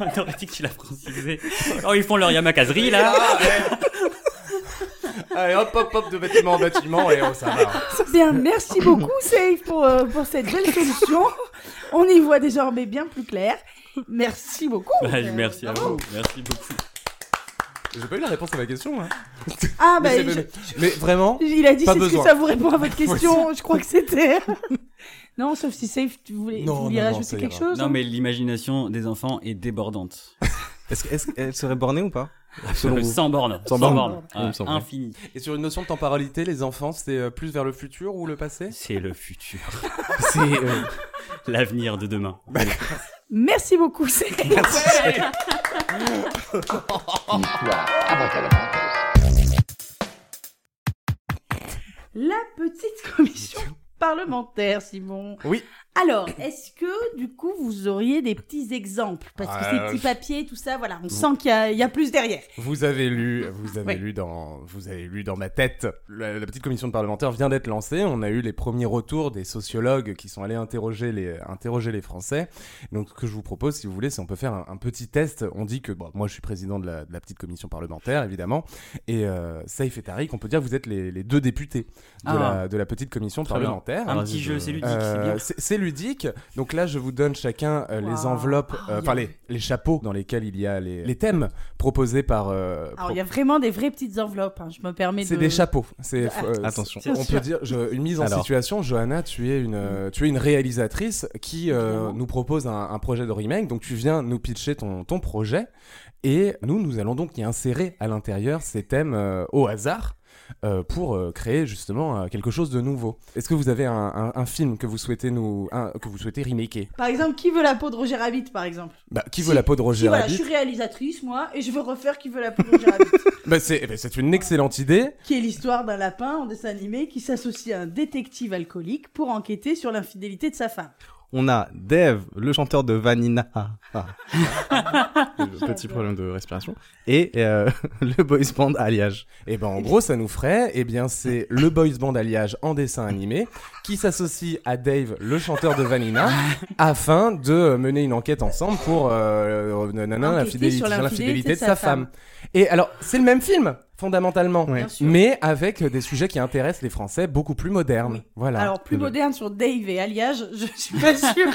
E: On aurait dit que tu l'as francisé. Oh, ils font leur yamakazerie là.
F: Allez, hop, hop, hop, de bâtiment en bâtiment, et on ça va.
C: Eh Bien, merci beaucoup, Safe, pour, euh, pour cette belle solution. On y voit désormais bien plus clair. Merci beaucoup.
E: Bah, je- merci à vous. Merci beaucoup.
F: J'ai pas eu la réponse à ma question. hein.
C: Ah, bah,
F: mais,
C: je-
F: c'est- mais vraiment,
C: il a dit
F: Pas
C: c'est ce que
F: besoin.
C: ça vous répond à votre question. je crois que c'était. non, sauf si Safe, tu voulais,
F: Non,
C: tu voulais
F: non, non,
C: rajouter
F: ça
C: quelque
F: ira.
C: chose.
E: Non,
C: hein
E: mais l'imagination des enfants est débordante.
D: Est-ce que- est-ce qu'elle serait bornée ou pas
E: Euh, Sans borne.
D: Sans
E: Sans
D: borne.
E: borne.
G: Il me semblait.
E: Infini.
F: et sur une notion de temporalité, les enfants, c'est euh, plus vers le futur ou le passé
E: C'est le futur.
G: C'est euh,
E: L'avenir de demain.
C: Merci beaucoup, Safe. La petite commission parlementaire, Simon.
F: Oui.
C: Alors, est-ce que du coup vous auriez des petits exemples Parce que
F: Euh, Mm.
C: ces petits papiers, tout ça, voilà, on sent qu'il y, a- il y a plus derrière.
F: Vous avez lu, vous avez
C: Oui.
F: lu dans, vous avez lu dans ma tête. La, la petite commission de parlementaires vient d'être lancée. On a eu les premiers retours des sociologues qui sont allés interroger les, interroger les Français. Donc, ce que je vous propose, si vous voulez, c'est on peut faire un, un petit test. On dit que, bon, moi, je suis président de la, de la petite commission parlementaire, évidemment, et euh, Saïf et Tariq, on peut dire, que vous êtes les, les deux députés de,
E: Ah.
F: la, de la petite commission
E: Très bien.
F: parlementaire.
E: Un petit jeu, c'est ludique. c'est
F: Euh,
E: bien.
F: c'est c'est ludique. Donc là, je vous donne chacun euh, les
C: Wow.
F: enveloppes,
C: Ah,
F: euh,
C: il y a-
F: enfin les, les chapeaux dans lesquels il y a les, les thèmes proposés par. euh,
C: Alors,
F: pro-
C: il y a vraiment des vraies petites enveloppes. hein, je me permets de.
F: c'est des chapeaux. C'est
C: Ah,
F: euh,
G: attention.
F: c'est- On peut dire je- une mise en
G: Alors.
F: situation. Johanna, tu es une euh, tu es une réalisatrice qui euh, nous propose un, un projet de remake. Donc tu viens nous pitcher ton ton projet et nous nous allons donc y insérer à l'intérieur ces thèmes euh, au hasard. euh, pour euh, créer justement euh, quelque chose de nouveau. Est-ce que vous avez un, un- un film que vous souhaitez nous un- que vous souhaitez remaker
C: Par exemple, qui veut la peau de Roger Rabbit, par exemple
F: Bah, qui
C: Si-
F: veut la peau de
C: Si,
F: Roger
C: voilà,
F: Rabbit
C: je suis réalisatrice, moi, et je veux refaire qui veut la peau de Roger Rabbit,
F: Bah, c'est bah, c'est une excellente idée.
C: qui est l'histoire d'un lapin en dessin animé qui s'associe à un détective alcoolique pour enquêter sur l'infidélité de sa femme.
D: On a Dev, le chanteur de Vanina.
G: Ah, petit problème de respiration. Et euh, le boys band alliage. Eh
F: Et ben en gros, ça nous ferait, eh bien c'est le boys band alliage en dessin animé qui s'associe à Dave, le chanteur de Vanina, afin de mener une enquête ensemble pour euh, euh, nanana,
C: Enquêter
F: l'infidélité-
C: sur
F: sur
C: l'infidélité
F: l'infidélité
C: de
F: de
C: sa
F: sa femme. Et alors, c'est le même film fondamentalement,
G: Ouais.
C: Bien sûr.
F: mais avec des sujets qui intéressent les Français beaucoup plus modernes.
C: Oui.
F: Voilà.
C: Alors plus
F: Le-
C: moderne sur Dave et Alliage, je suis pas sûre,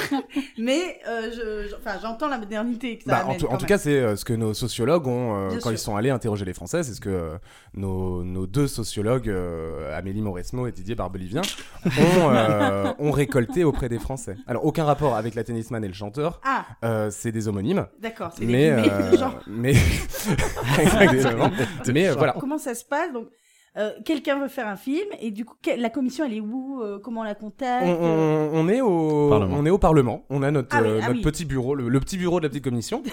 C: mais euh, je- je- enfin, j'entends la modernité que ça
F: Bah, en,
C: amène.
F: tout, en
C: quand
F: tout
C: même.
F: cas, c'est euh, ce que nos sociologues ont, euh,
C: Bien
F: quand
C: sûr.
F: ils sont allés interroger les Français, c'est ce que euh, nos, nos deux sociologues, euh, Amélie Mauresmo et Didier Barbelivien, ont, euh, ont récolté auprès des Français. Alors, aucun rapport avec la tennisman et le chanteur,
C: Ah,
F: euh, c'est des homonymes.
C: d'accord. c'est
F: Mais,
C: des- mais,
F: euh,
C: genre,
F: mais, Exactement. mais euh, voilà.
C: comment ça se passe Donc, euh, quelqu'un veut faire un film et du coup, que- la commission, elle est où euh, Comment on la contacte
F: On, on- on est au,
G: Parlement.
F: on est au Parlement, on a notre,
C: Ah oui,
F: euh,
C: ah
F: notre
C: oui.
F: petit bureau, le, le petit bureau de la petite commission.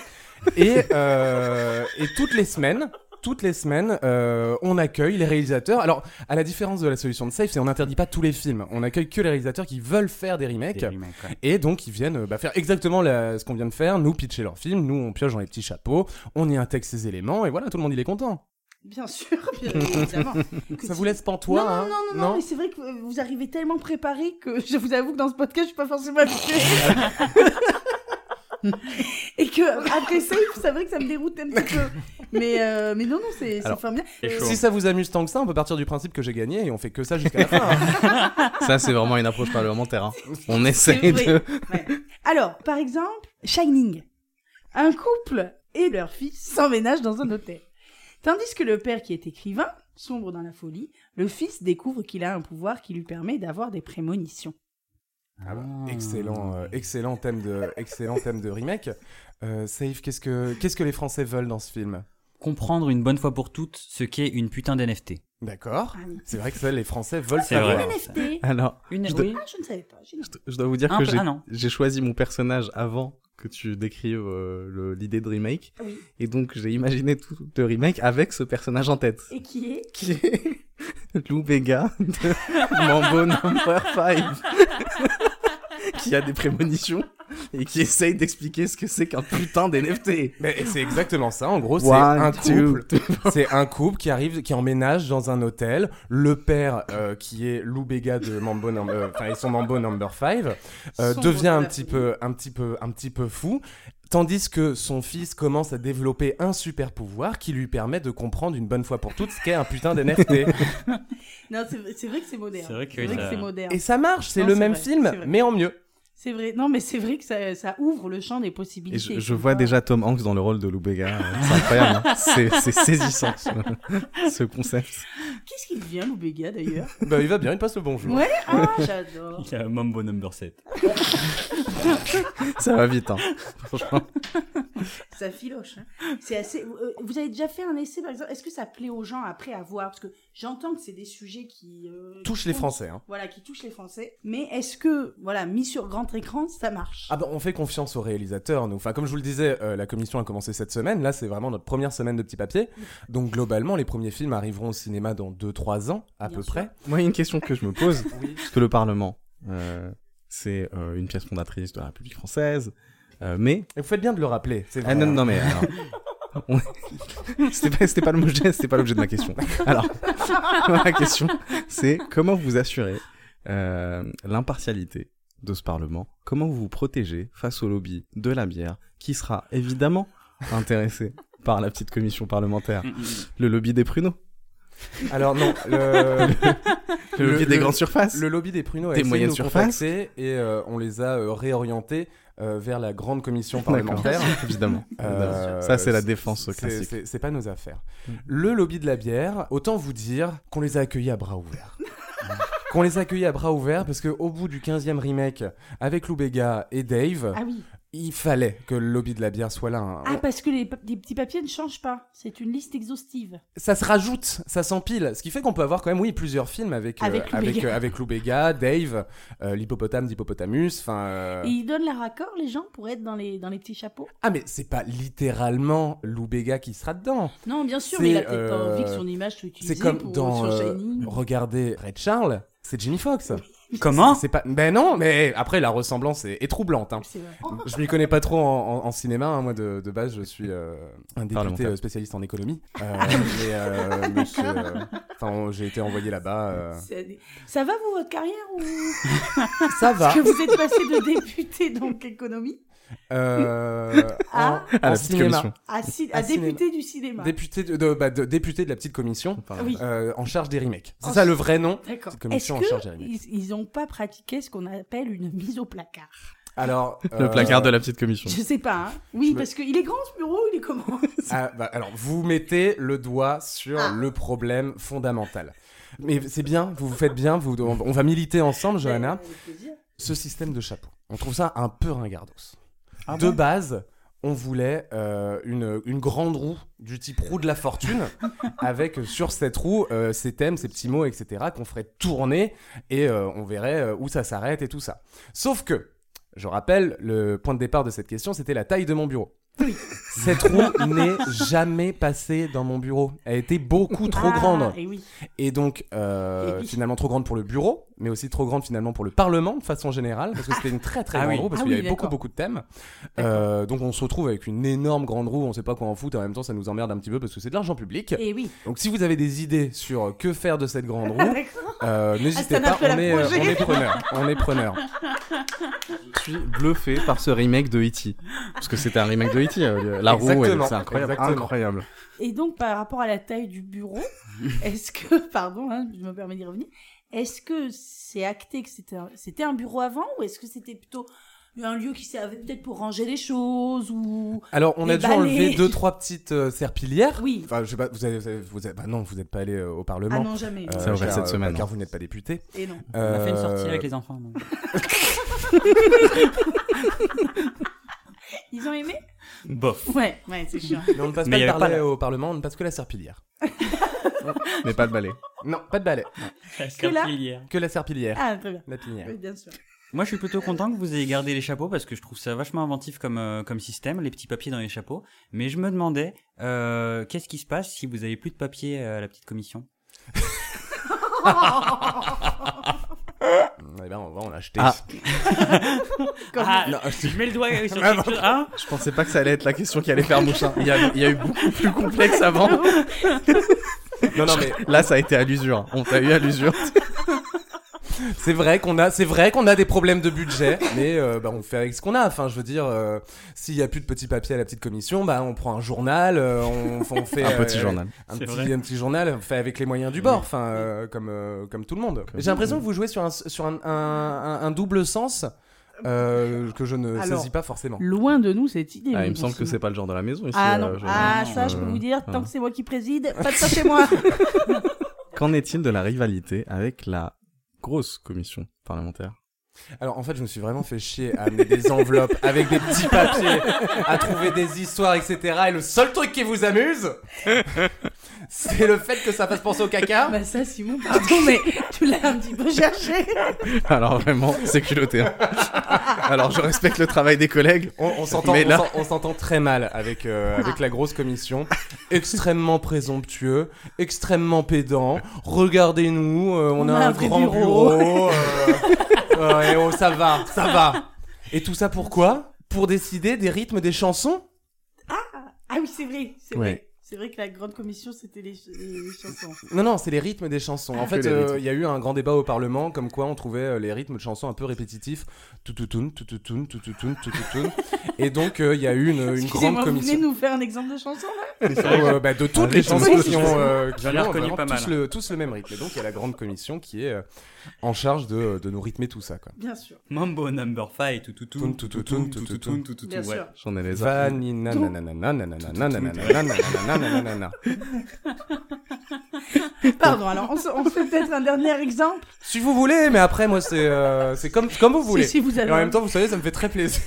F: et, euh, et toutes les semaines, toutes les semaines, euh, on accueille les réalisateurs. Alors, à la différence de la solution de Safe, c'est on n'interdit pas tous les films. On accueille que les réalisateurs qui veulent faire des remakes.
E: Des remakes, ouais.
F: Et donc, ils viennent euh, bah, faire exactement la- ce qu'on vient de faire, nous pitcher leur film, nous on pioche dans les petits chapeaux, on y intègre ces éléments, et voilà, tout le monde il est content.
C: Bien sûr, bien évidemment. Que tu-
F: Ça vous laisse pantois,
C: non,
F: hein
C: non, non, non, mais c'est vrai que euh, vous arrivez tellement préparé que je vous avoue que dans ce podcast, je suis pas forcément habituée. Et que après ça, c'est vrai que ça me déroute un petit peu. Mais, euh, mais non, non, c'est c'est
G: Alors,
C: formidable.
E: C'est chaud.
F: Si ça vous amuse tant que ça, on peut partir du principe que j'ai gagné et on fait que ça jusqu'à la fin. hein.
G: Ça, c'est vraiment une approche parlementaire. hein. On
C: C'est
G: essaie
C: vrai.
G: de.
C: Ouais. Alors, par exemple, Shining. Un couple et leur fille s'emménagent dans un hôtel. Tandis que le père qui est écrivain, sombre dans la folie, le fils découvre qu'il a un pouvoir qui lui permet d'avoir des prémonitions.
F: Ah bah,
G: Hmm.
F: excellent, euh, excellent thème de, excellent thème de remake. Euh, Safe, qu'est-ce que, qu'est-ce que les Français veulent dans ce film
E: Comprendre une bonne fois pour toutes ce qu'est une putain d'NFT.
F: D'accord.
C: Ah oui.
F: C'est vrai que ça, les Français veulent
E: C'est
F: savoir.
E: vrai.
C: Un NFT
G: Alors,
E: Une,
G: Je dois-
E: oui.
C: Ah, je ne savais pas. j'ai-
G: je dois vous dire
E: Un
G: que
E: peu-
G: j'ai-
E: ah non.
G: j'ai choisi mon personnage avant que tu décrives euh, le- l'idée de remake.
C: Oui.
G: Et donc, j'ai imaginé tout le remake avec ce personnage en tête.
C: Et qui est
G: Qui est Lou Bega de Mambo Number 5. qui a des prémonitions et qui essaye d'expliquer ce que c'est qu'un putain d'NFT.
F: Mais c'est exactement ça. En gros, c'est un
G: One,
F: couple.
G: two,
F: C'est un couple qui arrive, qui emménage dans un hôtel. Le père, euh, qui est Lou Béga de Mambo Number, euh, enfin, ils sont Mambo Number 5, euh,
C: Son
F: devient un
C: Mambo
F: petit
C: Number
F: peu, un petit peu, un petit peu fou. Tandis que son fils commence à développer un super pouvoir qui lui permet de comprendre une bonne fois pour toutes ce qu'est un putain d'NFT.
C: Non, c'est c'est vrai que c'est moderne.
E: C'est vrai que ça-
C: c'est moderne.
F: Et ça marche, c'est
C: Non,
F: le
C: c'est
F: même
C: vrai, c'est
F: film,
C: vrai.
F: mais en mieux.
C: C'est vrai. Non, mais c'est vrai que ça, ça ouvre le champ des
G: Et
C: possibilités.
G: je, je vois déjà Tom Hanks dans le rôle de Lou Bega. C'est incroyable. hein. C'est c'est saisissant, ce, ce concept.
C: Qu'est-ce qu'il devient, Loubega, d'ailleurs
F: Bah, il va bien, il passe le bonjour.
C: Ouais, ah, j'adore.
E: Il y a Mambo Number 7.
G: Ça va vite. Hein. Franchement.
C: Ça filoche. hein. C'est assez. euh, Vous avez déjà fait un essai, par exemple Est-ce que ça plaît aux gens après à voir Parce que j'entends que c'est des sujets qui euh,
F: Touche les Français, hein.
C: Voilà, qui touchent les Français. Mais est-ce que, voilà, mis sur grand écran, ça marche
F: Ah bah, on fait confiance aux réalisateurs, nous. Enfin, comme je vous le disais, euh, la commission a commencé cette semaine. Là, c'est vraiment notre première semaine de petit papier.
C: Mm.
F: Donc, globalement, les premiers films arriveront au cinéma dans 2-3 ans, à
C: Bien
F: peu
C: sûr.
F: près.
G: Moi, il y a une question que je me pose.
F: Oui.
G: Parce que le Parlement, euh, c'est euh, une pièce fondatrice de la République française. Euh, mais
F: Et vous faites bien de le rappeler. C'est vrai.
G: Ah non, non, mais alors. on- c'était, pas, c'était pas le mot geste, c'était pas l'objet de ma question. Alors, ma question, c'est comment vous assurez euh, l'impartialité de ce Parlement Comment vous vous protégez face au lobby de la bière qui sera évidemment intéressé par la petite commission parlementaire
F: Mm,
G: Le lobby des pruneaux
F: Alors, non. Le,
G: Le,
F: Le-
G: lobby des
F: le-
G: grandes surfaces
F: le lobby des pruneaux a
G: Des
F: essayé
G: moyennes
F: de nous
G: surfaces.
F: contacter et euh, on les a euh, réorientés euh, vers la grande commission parlementaire.
G: D'accord, évidemment.
F: Euh,
G: Ça, c'est la défense
F: c'est-
G: classique.
F: c'est- C'est pas nos affaires.
C: Mm.
F: Le lobby de la bière, autant vous dire qu'on les a accueillis à bras ouverts. qu'on les a accueillis à bras ouverts parce qu'au bout du 15e remake avec Lou Bega et Dave,
C: Ah oui.
F: il fallait que le lobby de la bière soit là. hein.
C: Ah, parce que les, pa- les petits papiers ne changent pas. C'est une liste exhaustive.
F: Ça se rajoute, ça s'empile. Ce qui fait qu'on peut avoir quand même, oui, plusieurs films avec, euh,
C: Avec Lou
F: avec,
C: Bega.
F: euh, avec Lou Bega, Dave, euh, l'hippopotame d'Hippopotamus. Enfin. euh,
C: Et ils donnent la raccord, les gens, pour être dans les, dans les petits chapeaux
F: Ah, mais c'est pas littéralement Lou Bega qui sera dedans.
C: Non, bien sûr,
F: C'est,
C: mais il a peut-être pas
F: euh,
C: envie que son image soit utilisée
F: C'est comme
C: pour,
F: dans.
C: sur
F: euh,
C: Shining.
F: regardez Red Charles, c'est Jimmy Fox.
E: Comment
F: C'est pas. Ben non, mais après la ressemblance est, est troublante. hein.
C: C'est vrai.
F: Je m'y connais pas trop en, en- en cinéma. hein. Moi, de, de base, je suis euh, un député
G: Parlementaire.
F: euh, spécialiste en économie. Euh,
C: Ah
F: mais, euh, mais c'est, euh, enfin, on- j'ai été envoyé là-bas. euh.
C: C'est- Ça va, vous, votre carrière ou...
F: Ça va.
C: Parce que vous êtes passé de député, donc économie,
F: Euh,
C: Ah.
F: en,
G: Ah,
F: en
G: la petite
F: cinéma.
G: commission.
C: à, ci-
F: À
C: à député du cinéma.
F: Député de, de- bah, de- député de la petite commission
C: Oui,
F: euh, en charge des remakes. C'est
C: Oh,
F: ça le vrai nom.
C: d'accord.
F: Petite commission en charge
C: Est-ce
F: des remakes.
C: qu'ils n'ont pas pratiqué ce qu'on appelle une mise au placard
F: Alors,
G: Le
F: euh,
G: placard de la petite commission.
C: Je sais pas, hein. Oui,
F: Je me-
C: parce qu'il est grand ce bureau, il est comment
F: Ah, bah, alors, vous mettez le doigt sur
C: Ah.
F: le problème fondamental. Mais c'est bien, vous vous faites bien, vous, on, on va militer ensemble, Johanna.
C: Avec plaisir.
F: Ce système de chapeau, on trouve ça un peu ringardos. de base, on voulait euh, une, une grande roue du type roue de la fortune, avec euh, sur cette roue euh, ces thèmes, ces petits mots, etc., qu'on ferait tourner et euh, on verrait euh, où ça s'arrête et tout ça. Sauf que, je rappelle, le point de départ de cette question, c'était la taille de mon bureau. Cette roue n'est jamais passée dans mon bureau. Elle était beaucoup trop
C: Ah,
F: grande.
C: Et oui.
F: Et donc, euh,
C: Et oui.
F: finalement, trop grande pour le bureau, mais aussi trop grande finalement pour le Parlement, de façon générale, parce que c'était une très très
E: Ah
F: grande
E: oui.
F: roue, parce
C: Ah
F: qu'il y
C: oui,
F: avait beaucoup
C: d'accord.
F: beaucoup de thèmes. Euh, donc, on se retrouve avec une énorme grande roue, on sait pas quoi en foutre, et en même temps, ça nous emmerde un petit peu, parce que c'est de l'argent public.
C: Et oui.
F: Donc, si vous avez des idées sur euh, que faire de cette grande
C: Ah,
F: roue,
C: d'accord.
F: euh,
C: Ah,
F: n'hésitez
C: ça n'a
F: pas,
C: fait
F: on
C: la
F: est, euh,
C: projet.
F: on est preneur. On est preneur.
G: Je suis bluffé par ce remake de E.T. Parce que c'était un remake de E.T. euh, La roue, elle-
F: Exactement,
G: c'est incroyable.
F: exactement.
G: incroyable.
C: Et donc, par rapport à la taille du bureau, est-ce que, pardon, hein, je me permets d'y revenir, est-ce que c'est acté que c'était un, c'était un bureau avant ou est-ce que c'était plutôt un lieu qui servait peut-être pour ranger les choses ou...
F: Alors, on
C: Les
F: a dû
C: balais.
F: enlever deux, trois petites euh, serpillières.
C: Oui.
F: Enfin, je sais pas, vous avez, vous avez- vous avez- bah non, vous n'êtes pas allé euh, au Parlement.
C: Ah non, jamais.
F: euh,
G: Ça, on va
F: car-
G: cette semaine,
F: Car
G: hein.
F: vous n'êtes pas député.
C: Et non.
E: On a fait une
F: Euh,
E: sortie avec les enfants. donc.
C: Ils ont aimé
E: Bof.
C: Ouais, ouais, c'est chiant.
F: Mais on ne passe
E: Mais
F: pas
E: il y
F: le
E: avait pas
F: parler
E: la-
F: au Parlement, on ne passe que la serpillière.
G: mais pas le balai.
F: Non, pas de balai.
C: Que là-
F: Que la serpillière.
C: Ah, très bien.
F: La pinière.
C: Oui, bien sûr.
E: Moi, je suis plutôt content que vous ayez gardé les chapeaux parce que je trouve ça vachement inventif comme euh, comme système, les petits papiers dans les chapeaux. Mais je me demandais euh, qu'est-ce qui se passe si vous avez plus de papier euh, à la petite commission.
F: Eh ben, on va en acheter.
G: Ah.
E: Ah, je mets le doigt sur quelque chose. Hein
G: Je pensais pas que ça allait être la question qui allait faire mouchin. Il y a, il y a eu beaucoup plus complexe avant.
F: Non, non, mais
G: Là, ça a été à l'usure. On t'a eu à l'usure.
F: c'est vrai qu'on a, c'est vrai qu'on a des problèmes de budget, mais euh, bah, on fait avec ce qu'on a. Enfin, je veux dire, euh, s'il y a plus de petits papiers à la petite commission, bah, on prend un journal, euh, on, on fait
G: Un
F: euh,
G: petit journal.
F: un
E: C'est
F: petit,
E: vrai.
F: un petit journal fait avec les moyens du bord, enfin euh, comme euh, comme tout le monde.
G: Comme-
F: J'ai l'impression que vous jouez sur un sur un, un- un- un double sens euh, que je ne
C: Alors,
F: saisis pas forcément.
C: Loin de nous cette idée.
G: Ah,
C: mais
G: il me
C: bon,
G: semble que
C: sinon-
G: c'est pas le genre de la maison ici.
C: Ah
G: euh,
C: non,
G: genre. euh,
C: ah ça, je peux vous dire, tant que c'est moi qui préside, pas de ça chez moi.
G: Qu'en est-il de la rivalité avec la grosse commission parlementaire
F: Alors en fait, je me suis vraiment fait chier à amener des enveloppes avec des petits papiers, à trouver des histoires, etc. Et le seul truc qui vous amuse, c'est le fait que ça fasse penser au caca.
C: bah ça, Simon, pardon, mais tu l'as un petit peu cherché.
G: Alors vraiment, c'est culotté. hein. Alors je respecte le travail des collègues.
F: On, on s'entend,
G: Mais
F: on
G: là-
F: s'en- on s'entend très mal avec euh, avec la grosse commission, extrêmement présomptueux, extrêmement pédant. Regardez-nous, euh, on, a, un,
C: vrai
F: grand
C: bureau.
F: bureau. euh, ouais, oh, ça va, ça va. Et tout ça pourquoi Pour décider des rythmes des chansons
C: Ah oui, c'est vrai, c'est
G: Ouais.
C: vrai. C'est vrai que la grande commission, c'était les, ch- les chansons.
F: Non, non, c'est les rythmes des chansons. En fait,
G: Ah. les
F: euh,
G: rythmes.
F: il y a eu un grand débat au Parlement, comme quoi on trouvait euh, les rythmes de chansons un peu répétitifs. Toutoutoun, toutoutoun, toutoutoun, toutoutoun. Et donc, euh, il y a eu une, une grande
C: Excusez-moi, vous venez
F: commission
C: nous faire un exemple de chanson là
F: Euh, bah, de toutes
G: Un
F: les
G: rythme
F: chansons
G: de
F: qui ont, euh, qui
E: J'en ai
F: ont
E: reconnu
F: vraiment
E: pas mal.
F: Tous, le, tous le même rythme. Et donc, il y a la grande commission qui est euh, en charge de, de nous rythmer tout ça. Quoi.
C: Bien sûr,
E: Mambo number five, tout tout tout
F: Toun, tout, tout, toun, tout, tout, toun.
E: tout tout
C: bien
E: ouais.
C: sûr.
G: J'en ai les armes.
F: Vanina, nanana, nanana, nanana, nanana, nanana.
C: Pardon, alors on, se- on fait peut-être un dernier exemple.
F: Si vous voulez, mais après, moi, c'est euh, c'est comme, comme vous voulez.
C: Si, si vous
F: Et
C: avez
F: en
C: un-
F: même temps, vous savez, ça me fait très plaisir.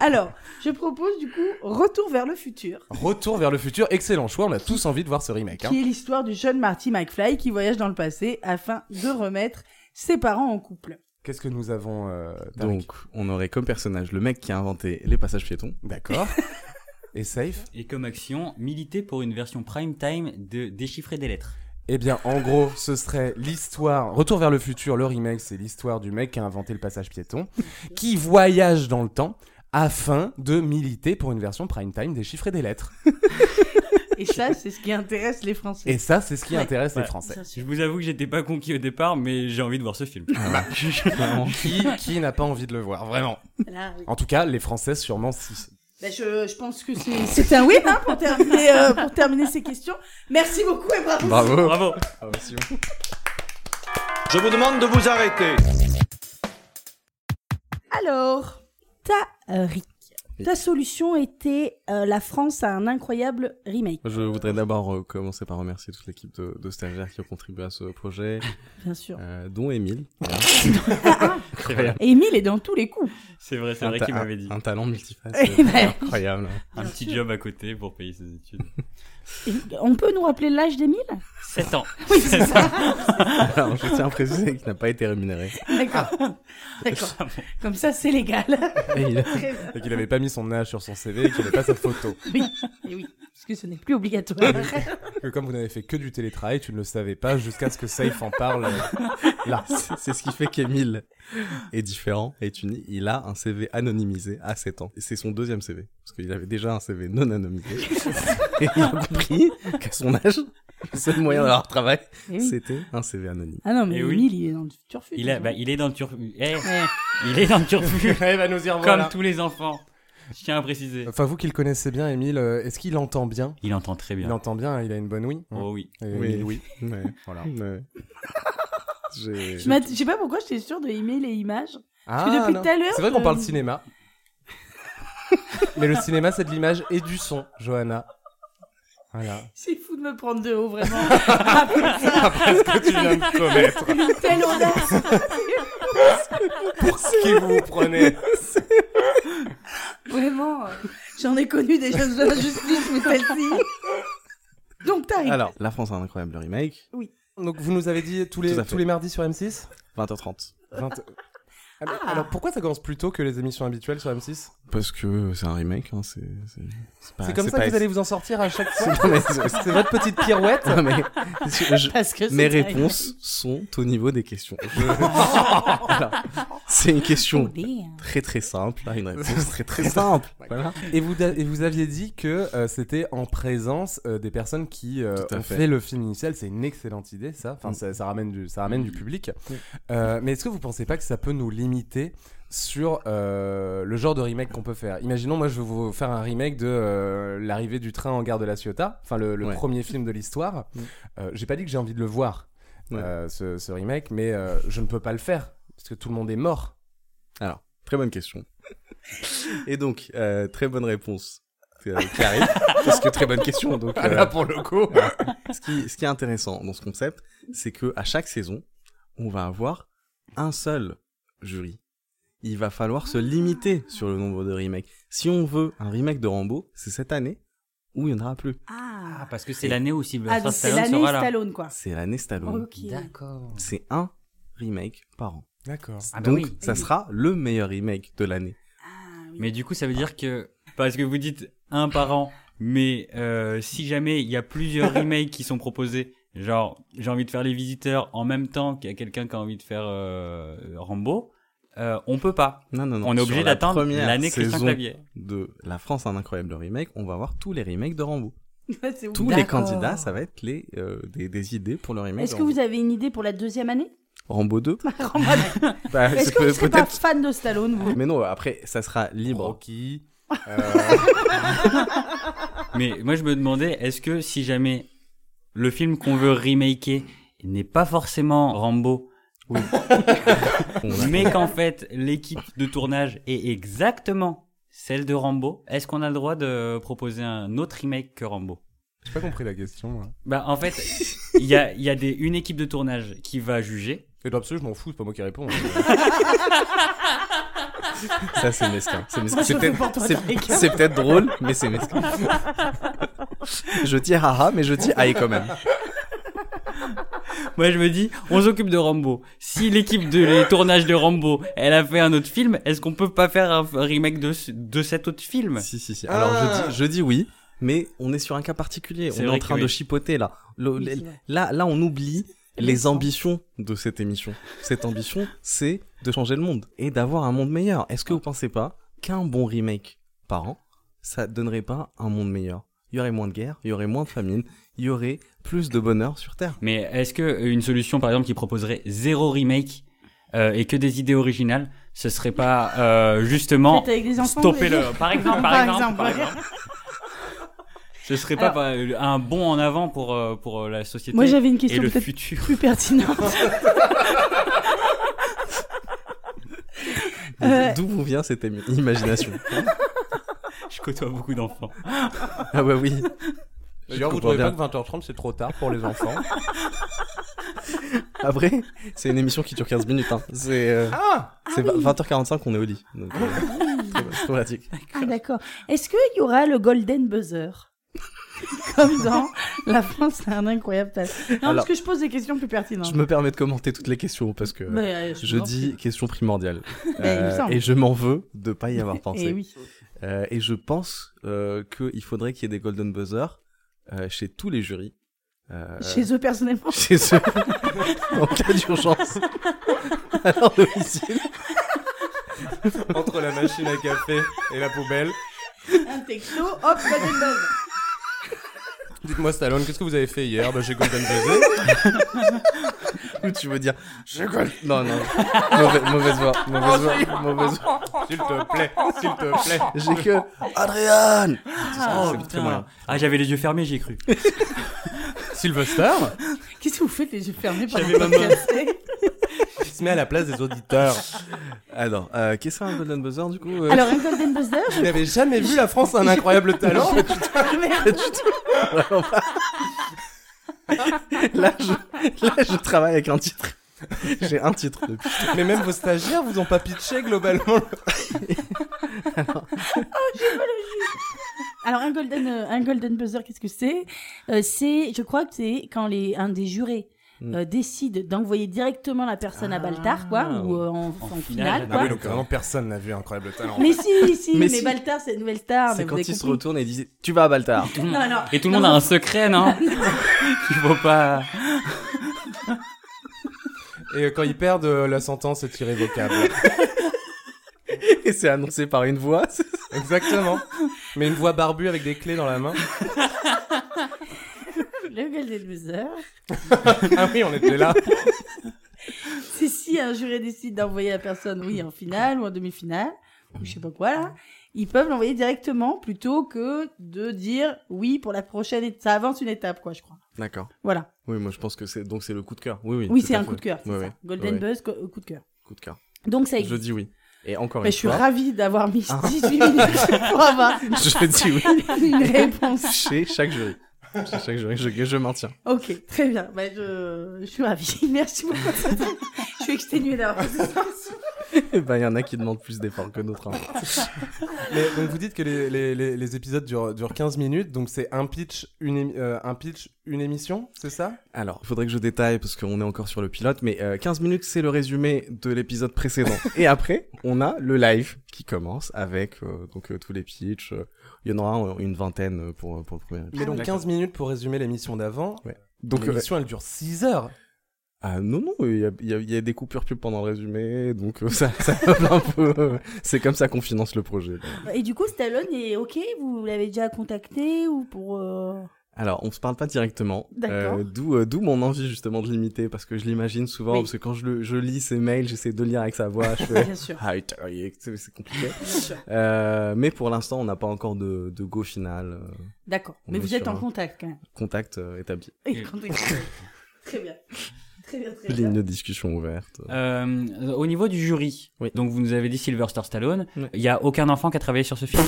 C: Alors, je propose du coup Retour vers le futur,
F: Retour vers le futur, excellent choix, on a tous envie de voir ce remake. hein.
C: qui est l'histoire du jeune Marty McFly qui voyage dans le passé afin de remettre ses parents en couple.
F: Qu'est-ce que nous avons euh, Tariq
G: Donc, on aurait comme personnage le mec qui a inventé les passages piétons.
F: D'accord. Et safe
E: Et comme action, militer pour une version prime time de déchiffrer des lettres.
F: Eh bien, en gros, ce serait l'histoire. Retour vers le futur, le remake, c'est l'histoire du mec qui a inventé le passage piéton, qui voyage dans le temps afin de militer pour une version prime time des chiffres et des lettres.
C: Et ça, c'est ce qui intéresse les Français.
F: Et ça, c'est ce qui
C: Ouais.
F: intéresse
E: Ouais.
F: les Français.
C: Bien sûr.
E: Je vous avoue que j'étais pas conquis au départ, mais j'ai envie de voir ce film. Ah,
G: Clairement.
F: Qui, qui n'a pas envie de le voir, vraiment
C: Là, oui.
F: En tout cas, les Français, sûrement, si.
C: Ben, je, je pense que c'est c'est un win hein, pour, terminer, euh, pour terminer ces questions. Merci beaucoup et
F: Bah,
C: bravo.
G: Bravo.
E: Bravo.
H: Je vous demande de vous arrêter.
C: Alors, Tariq, ta solution était euh, la France a un incroyable remake.
G: Je voudrais d'abord euh, commencer par remercier toute l'équipe de, de stagiaires qui ont contribué à ce projet,
C: Bien sûr.
G: euh, dont Émile. Voilà.
E: C'est vrai,
C: Et Emile est dans tous les coups.
E: c'est vrai, c'est
G: Un
E: vrai
G: ta-
E: qu'il
G: un-
F: ah,
E: m'avait dit.
G: Un talent multiface.
C: Eh ben,
G: euh, Incroyable.
E: Un petit job à côté pour payer ses études.
C: Et on peut nous rappeler l'âge d'Emile
E: 7 ans.
C: Oui, c'est ça.
G: Alors, je tiens à préciser qu'il n'a pas été rémunéré.
C: D'accord.
E: Ah.
C: D'accord. Comme ça, c'est légal.
G: Et il a-
C: Très bien.
F: Et qu'il n'avait pas mis son âge sur son CV et qu'il n'avait pas sa photo.
C: oui. Et Eh oui, parce que ce n'est plus obligatoire.
F: Que comme vous n'avez fait que du télétravail, tu ne le savais pas jusqu'à ce que Safe en parle. euh, Là.
G: C'est- C'est ce qui fait qu'Emile est différent, est uni. Il a un CV anonymisé à 7 ans. Et C'est son deuxième CV. Parce qu'il avait déjà un CV non anonymisé. Et il a compris qu'à son âge, le seul moyen d'avoir un travail,
C: Eh oui.
G: c'était un CV anonyme.
C: Ah non, mais
E: Eh oui.
C: Emile, il est dans le futur futur.
E: Il, a, bah, il est dans le turfu. Eh,
C: Ouais.
E: il est dans le turfu.
F: Elle va bah, nous y
E: Comme tous les enfants. Je tiens à préciser.
F: Enfin, vous qui le connaissez bien, Émile, euh, est-ce qu'il entend bien
E: Il entend très
F: Il
E: bien.
F: entend bien, il a une bonne ouïe. hein.
E: Oh oui.
F: Et
G: Oui.
F: Émile, oui.
G: Ouais.
F: Voilà.
G: Ouais. J'ai-
C: Je m'att- je sais pas pourquoi j'étais sûre de Emile et images. Parce
F: Ah,
C: que depuis
F: non.
C: tout à l'heure.
F: C'est vrai qu'on
C: euh,
F: parle cinéma. Mais le cinéma, c'est de l'image et du son, Johanna. Voilà.
C: C'est fou de me prendre de haut, vraiment. Après ça,
F: Que tu viens de commettre.
C: une telle audace.
F: Pour ce que vous prenez.
C: Vraiment, euh, j'en ai connu des choses de la justice, mais celle-ci. Donc, ta ça arrive.
F: Alors,
G: Ah, La France a un incroyable remake,
F: donc vous nous avez dit tous les,
G: Tout à fait.
F: tous les mardis sur M6
G: 20h30.
F: Vingt- Alors,
C: Ah.
F: alors, pourquoi ça commence plus tôt que les émissions habituelles sur M6
G: Parce que c'est un remake, hein, c'est. C'est pas-
F: C'est comme
G: Bah, c'est
F: ça
G: pas-
F: que vous allez vous en sortir à chaque fois
G: Non, mais c'est-
F: C'est votre petite pirouette
G: Non, mais- je- je-
C: Parce que c'est
G: mes
C: vrai.
G: réponses sont au niveau des questions. Je- Alors, c'est une
C: Oh,
G: question très très simple, là, une réponse très très simple. Voilà.
F: et vous, da- et vous aviez dit que euh, c'était en présence euh, des personnes qui euh,
G: Tout à
F: ont
G: fait.
F: fait. le film initial. C'est une excellente idée, ça. Enfin,
G: Mm.
F: ça, ça ramène du, ça ramène du public. Euh, mais est-ce que vous pensez pas que ça peut nous limiter sur euh, le genre de remake qu'on peut faire Imaginons, moi, je vais vous faire un remake de euh, l'arrivée du train en gare de la Ciotat, enfin le, le
G: Ouais.
F: premier film de l'histoire.
G: Mm.
F: Euh, J'ai pas dit que j'ai envie de le voir,
G: Ouais.
F: euh, ce, ce remake, mais euh, je ne peux pas le faire parce que tout le monde est mort.
G: Très bonne question. Et donc, euh, très bonne réponse. euh, qui arrive, parce que très bonne question. Donc, euh,
F: pour le coup.
G: ce, qui, ce qui est intéressant dans ce concept, c'est que à chaque saison, on va avoir un seul jury. Il va falloir se limiter
C: Ah.
G: sur le nombre de remakes. Si on veut un remake de Rambo, c'est cette année où il n'y en aura plus.
C: Ah,
E: Ah, parce que c'est l'année où Sylvester
C: Ah, donc c'est
E: Stallone
C: l'année
E: sera là.
C: Stallone, quoi.
G: C'est l'année Stallone.
C: Ok. Ah, Oh.
E: D'accord.
G: C'est un remake par an.
F: D'accord.
E: Ah bah
G: Donc,
E: oui.
G: ça sera le meilleur remake de l'année.
C: Ah, oui.
E: Mais du coup, ça veut dire que. Parce que vous dites un par an, mais euh, si jamais il y a plusieurs remakes qui sont proposés, genre j'ai envie de faire les visiteurs en même temps qu'il y a quelqu'un qui a envie de faire euh, Rambo, euh, on peut pas.
G: Non, non, non.
E: on est
G: Sur
E: obligé
G: la
E: d'attendre
G: première
E: l'année Christian
G: saison
E: Clavier.
G: de La France a un incroyable remake, on va avoir tous les remakes de Rambo.
C: C'est ouf.
G: Tous les
C: D'accord.
G: candidats, ça va être les, euh, des, des idées pour le remake.
C: Est-ce
G: de
C: que
G: Rambo.
C: vous avez une idée pour la deuxième année
G: Rambo 2 Bah,
C: Est-ce
G: c'est
C: que vous
G: peut-
C: ne serez pas
G: peut-être-
C: fan de Stallone, vous
G: Mais non, après, ça sera libre.
F: Rocky.
E: Mais moi, je me demandais, est-ce que si jamais le film qu'on veut remaker n'est pas forcément Rambo,
G: On a-
E: mais qu'en fait l'équipe de tournage est exactement celle de Rambo, est-ce qu'on a le droit de proposer un autre remake que Rambo
F: J'ai pas compris la question. Moi.
E: Bah, en fait, il y a, il y a des, une équipe de tournage qui va juger.
F: Et dans l'absolu, je m'en fous, c'est pas moi qui réponds.
G: Ça, c'est mesquin. C'est mesquin.
C: Moi, je
G: C'est
C: le fais pour
G: peut-être
C: toi,
G: c'est-
C: Tariq.
G: c'est peut-être drôle, mais c'est mesquin. je dis haha, mais je dis aïe quand même.
E: Moi, je me dis, on s'occupe de Rambo. Si l'équipe de les tournages de Rambo, elle a fait un autre film, est-ce qu'on peut pas faire un f- remake de, ce- de cet autre film
G: Si, si, si. Alors,
C: Ah.
G: je, dis, je dis oui, mais on est sur un cas particulier.
E: C'est
G: On est
E: vrai
G: en
E: que
G: train
E: oui.
G: de chipoter, là. Le-
C: Oui,
G: le-
C: c'est vrai.
G: là. Là, on oublie les ambitions de cette émission. Cette ambition, c'est de changer le monde et d'avoir un monde meilleur. Est-ce que vous pensez pas qu'un bon remake par an, ça donnerait pas un monde meilleur Il y aurait moins de guerre, il y aurait moins de famine, il y aurait plus de bonheur sur Terre.
E: Mais est-ce que euh, une solution, par exemple, qui proposerait zéro remake euh, et que des idées originales, ce serait pas euh, justement
C: Faites avec des enfants vous voulez
E: stopper le
C: dire
E: par exemple, par,
C: Par
E: exemple,
C: exemple,
E: par
C: ouais.
E: exemple. Ce serait pas par- un bond en avant pour euh, pour euh, la société
C: Moi, j'avais une
E: et
C: question
E: le
C: peut-être
E: futur.
C: plus pertinente. Euh,
G: D'où vous vient cette émi- imagination
E: Je côtoie beaucoup d'enfants.
G: Ah bah oui.
F: D'ailleurs, vous
G: comprends
F: trouvez
G: bien.
F: pas que 20h30 c'est trop tard pour les enfants
G: Après, Ah c'est une émission qui dure 15 minutes. hein. C'est euh,
F: Ah
G: c'est 20h45, on est au lit. Donc, euh, c'est très pratique.
C: Ah d'accord. Est-ce qu'il y aura le golden buzzer Comme dans La France a un incroyable talent. Non,
G: Alors,
C: parce que je pose des questions plus pertinentes.
G: Je me permets de commenter toutes les questions parce que
C: Mais, euh,
G: je
C: m'en
G: dis
C: fous.
G: question primordiale.
C: Ben, il me
G: Euh,
C: semble.
G: et je m'en veux de pas y avoir pensé.
C: Eh oui.
G: Euh, et je pense euh, qu'il faudrait qu'il y ait des golden buzzer euh, chez tous les jurys. Euh,
C: Chez eux, personnellement.
G: chez eux. en cas d'urgence. À leur domicile.
F: Entre la machine à café et la poubelle.
C: Un texto, hop, golden buzzer.
F: Dites-moi, Stallone, qu'est-ce que vous avez fait hier Bah, j'ai Golden Buzzer.
G: Ou tu veux dire je colle. Non, non. Mauvaise, mauvaise voix.
C: Oh,
G: Mauvaise voix. Mauvaise voix.
F: S'il te plaît, s'il te plaît.
G: J'ai que Adrien
E: Oh,
G: C'est très
E: putain.
G: moyen.
E: Ah, j'avais les yeux fermés, j'ai cru.
F: Sylvester
C: Qu'est-ce que vous faites les yeux fermés pendant
E: J'avais
C: le
E: ma
C: podcast
F: Il se met à la place des auditeurs.
G: Alors, euh, qu'est-ce qu'un Golden Buzzer du coup euh,
C: Alors, un golden buzzer,
F: Vous n'avez jamais vu La France a un incroyable talent
G: là, je, là, je travaille avec un titre. J'ai un titre depuis.
F: Mais même vos stagiaires vous ont pas pitché globalement.
C: Alors un golden, euh, un golden buzzer, qu'est-ce que c'est Euh, C'est, je crois que c'est quand les, un des jurés
G: Hmm.
C: euh, décide d'envoyer directement la personne à Baltar, quoi,
E: Ah,
C: ou euh, en, en finale,
E: finale,
C: quoi.
E: ah
F: oui, donc vraiment personne n'a vu Incroyable Talent.
C: Mais si, si, mais,
G: Mais si.
C: Baltar, c'est une nouvelle star. mais
G: C'est
C: vous
G: quand
C: avez
G: il se
C: compris.
G: retourne et il dit Tu vas à Baltar.
E: Tout le monde-
C: Non, non.
E: Et tout le monde
C: Non,
E: a un secret, non Qu'il faut pas.
F: Et euh, quand ils perdent, euh, la sentence est irrévocable.
G: et c'est annoncé par une voix.
F: Exactement. Mais une voix barbue avec des clés dans la main.
C: Le golden buzzer,
F: Ah oui, on était là.
C: c'est si un juré décide d'envoyer la personne, oui, en finale ou en demi-finale, ou je sais pas quoi là. Ils peuvent l'envoyer directement plutôt que de dire oui pour la prochaine. étape. Ça avance une étape, quoi, je crois.
G: D'accord.
C: Voilà.
G: Oui, moi je pense que c'est donc c'est le coup de cœur. Oui, oui.
C: Oui,
G: tout
C: c'est
G: à
C: un
G: fait.
C: coup de cœur. c'est
G: Ouais,
C: ça.
G: ouais.
C: Golden
G: Ouais.
C: buzz, co- euh, coup de cœur.
G: Coup de cœur.
C: Donc ça
G: Je
C: existe.
G: dis oui. Et encore
C: Mais
G: une
C: je suis
G: fois, Ah.
C: ravie d'avoir mis 18 minutes pour avoir
G: je dis oui.
C: une réponse.
G: Chez chaque jury. Chez chaque jury, je, je m'en tiens.
C: Ok, très bien. Bah, je... je suis ravie. Merci beaucoup. je suis exténuée d'avoir fait ça.
G: Il bah, il y en a qui demandent plus d'efforts que d'autres. hein.
F: Mais, donc vous dites que les, les- les- les épisodes durent, durent 15 minutes, donc c'est un pitch, une, émi- euh, un pitch, une émission, c'est ça
G: Alors, il faudrait que je détaille parce qu'on est encore sur le pilote, mais euh, 15 minutes, c'est le résumé de l'épisode précédent. Et après, on a le live qui commence avec euh, donc euh, tous les pitchs. euh, Il y en aura euh, une vingtaine euh, pour, pour le premier épisode.
F: Mais donc 15 minutes pour résumer l'émission d'avant. Ah, Donc
G: Donc, euh,
F: l'émission elle dure 6 heures.
G: ah non, non, il y a, il y a- il y a des coupures pub pendant le résumé, donc euh, ça, ça donne un peu... euh, c'est comme ça qu'on finance le projet.
C: Et du coup, Stallone est ok Vous l'avez déjà contacté ou pour euh,
G: Alors, on se parle pas directement.
C: D'accord.
G: Euh, d'où, euh, d'où mon envie justement de l'imiter, parce que je l'imagine souvent,
C: Oui.
G: parce que quand je, le- je lis ses mails, j'essaie de lire avec sa voix, je fais... Ah,
C: Bien sûr.
G: Hi, Terry, c'est c'est compliqué.
C: Bien sûr.
G: Euh, mais pour l'instant, on n'a pas encore de, de go final. euh,
C: D'accord.
G: On
C: Mais
G: est
C: vous êtes
G: sur
C: en
G: un-
C: contact quand même.
G: contact euh, établi.
C: Oui, contact. très bien. Très bien, très bien.
G: Ligne de discussion ouverte.
E: Euh, au niveau du jury,
G: Oui.
E: donc vous nous avez dit Sylvester Stallone, il
G: Ouais.
E: y a aucun enfant qui a travaillé sur ce film.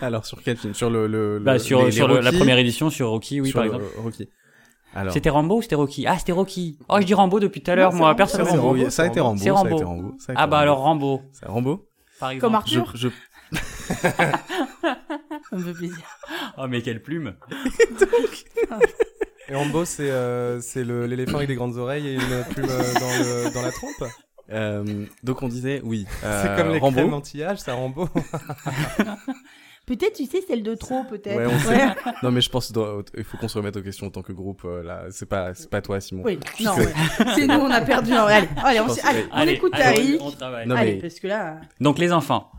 G: Alors, sur quel film Sur le. le, le-
E: Bah, sur
G: les-
E: sur
G: les
E: le- la
G: Rocky
E: première édition, sur Rocky, oui,
G: Sur
E: par
G: le-
E: exemple.
G: Rocky. Alors.
E: C'était Rambo ou c'était Rocky Ah, c'était Rocky. Oh, je dis Rambo depuis tout à l'heure,
C: Non,
E: moi,
C: c'est
E: personne.
G: c'est Rambo, ça a été Rambo.
E: C'est
G: ça a été
E: Rambo.
G: Rambo, ça a été
E: Ah, bah
G: Rambo.
E: alors Rambo,
G: C'est Rambo
E: par exemple.
C: Comme Arthur,
G: Je, je-
C: ça me fait plaisir.
E: Oh, mais quelle plume
F: Et Rambo c'est euh, c'est le- l'éléphant avec des grandes oreilles et une plume euh, dans, le- dans la trompe.
G: euh, donc, on disait, oui.
F: c'est
G: euh,
F: comme les
G: Rambo.
F: crèmes anti-âge, ça Rambo.
C: Peut-être, tu sais, celle de trop, peut-être.
G: Ouais, on sait. Non, mais je pense qu'il faut qu'on se remette aux questions en tant que groupe. euh, là, c'est pas, c'est pas toi, Simon.
C: Oui, non, ouais. c'est nous, on a perdu. Non, allez, allez, on,
G: pense-
C: s- allez, on
E: Allez,
C: écoute
E: allez,
C: Tariq.
E: on- on travaille.
G: Non,
C: Allez,
G: mais-
C: parce que là,
E: Donc les enfants.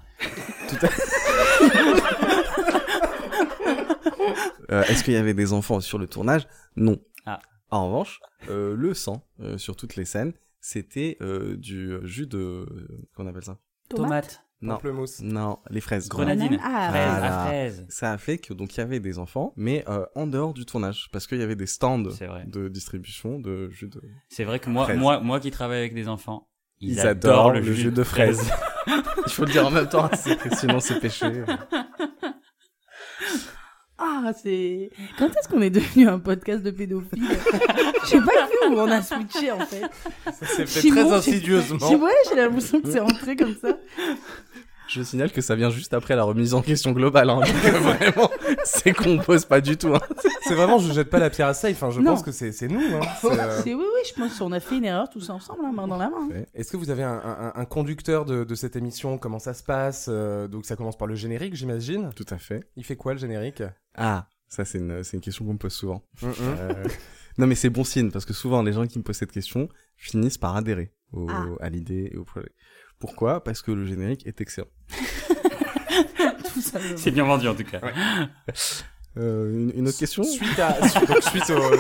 G: Euh, Est-ce qu'il y avait des enfants sur le tournage Non.
E: Ah.
G: En revanche, euh, le sang euh, sur toutes les scènes, c'était euh, du jus de euh, qu'on appelle ça
C: Thomas.
G: Non,
F: Pamplemousse.
G: non, les fraises.
E: Grenadine. Nadine.
C: Ah,
E: Fraise,
G: Voilà.
E: à fraise.
G: Ça a fait que donc il y avait des enfants, mais euh, en dehors du tournage, parce qu'il y avait des stands
E: C'est vrai.
G: de distribution de jus de.
E: C'est vrai que moi,
G: Fraise.
E: moi, moi qui travaille avec des enfants, ils,
G: fraises. il faut le dire en même temps, c'est- sinon c'est péché.
C: Ah, c'est. Quand est-ce qu'on est devenu un podcast de pédophiles Je sais pas vu où on a switché en fait.
F: Ça s'est fait
C: Simon,
F: très
C: c'est-
F: insidieusement.
C: J'ai ouais, j'ai l'impression que c'est rentré comme ça.
G: Je signale que ça vient juste après la remise en question globale. Hein, donc, euh, vraiment, c'est qu'on pose pas du tout. hein.
F: C'est vraiment, je jette pas la pierre à ça. Enfin, je
C: Non.
F: pense que c'est c'est nous. hein. C'est, euh,
C: C'est oui, oui, je pense qu'on a fait une erreur tous ensemble, hein, main dans la main.
F: Est-ce que vous avez un, un- un conducteur de, de cette émission Comment ça se passe Euh, Donc ça commence par le générique, j'imagine.
G: Tout à fait.
F: Il fait quoi le générique
G: Ah, ça c'est une, c'est une question qu'on me pose souvent.
F: Mhm.
G: Euh, non mais c'est bon signe parce que souvent les gens qui me posent cette question finissent par adhérer au-
C: Ah.
G: à l'idée et au projet. Pourquoi Parce que le générique est excellent.
C: Tout ça. euh,
E: C'est bien vendu en tout cas.
G: Euh, une, une autre question
F: Suite à su- donc, suite au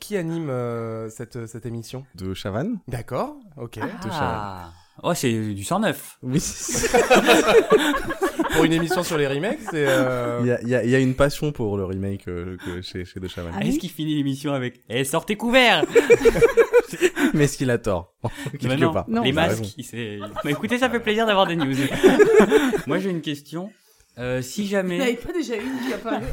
F: Qui anime euh, cette, cette émission
G: de Chavannes
F: D'accord, ok.
E: Ah. Oh, c'est du 109.
G: Oui.
F: Pour une émission sur les remakes, c'est. euh,
G: Il y, a, il y a- il y a une passion pour le remake euh, que chez, chez de Chavannes.
C: Ah oui
E: Est-ce qu'il finit l'émission avec Eh, sortez couverts
G: Mais est-ce qu'il a tort
E: Mais
G: Quelque
E: non,
G: part.
C: Non.
E: Les
G: Il a
E: masques.
G: raison.
E: il s'est- Bah, écoutez, ça fait plaisir d'avoir des news. Moi, j'ai une question. Euh, si
C: Vous
E: jamais.
C: n'avez pas déjà une qui a parlé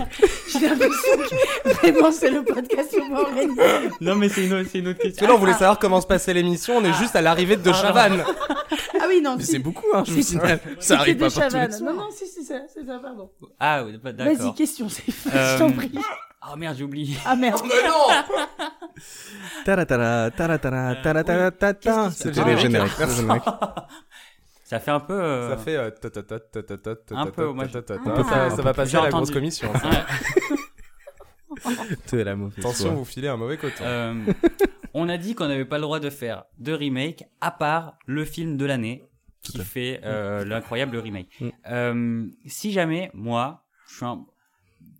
C: J'ai l'impression que vraiment c'est le podcast où on va organiser.
E: non, mais c'est une, autre- c'est une autre
F: Parce que
E: question.
F: là, on voulait savoir comment se passait l'émission, on est juste à l'arrivée de De Chavannes.
C: Ah oui, non,
G: Mais
C: si.
G: c'est beaucoup, hein, je vous signale.
C: C'était
G: Ça arrive
C: des
G: pas partout.
C: chavannes. Non, non, si, si, c'est c'est ça, pardon.
E: Ah, oui, bah,
C: Vas-y,
E: d'accord.
C: question, c'est fait,
E: Euh,
C: je t'en prie.
E: Oh merde, j'ai oublié.
C: Ah merde.
G: Taratara, taratara, taratara, tata. C'était les génériques. le générique.
E: Ça fait un peu. euh,
F: Ça fait euh, ta ta ta ta ta ta ta
E: Un
F: ta
E: peu, moi,
F: ta ta
C: je-
F: ta.
C: Ah.
F: Ça- Ça va passer
E: J'ai
F: à la
E: entendu.
F: grosse commission. ça.
G: T'es la mauvaise
F: Attention,
G: foi.
F: vous filez un mauvais coton.
E: euh, on a dit qu'on n'avait pas le droit de faire de remake à part le film de l'année qui fait euh, l'incroyable remake.
G: Mm.
E: Euh, si jamais, moi, je suis un.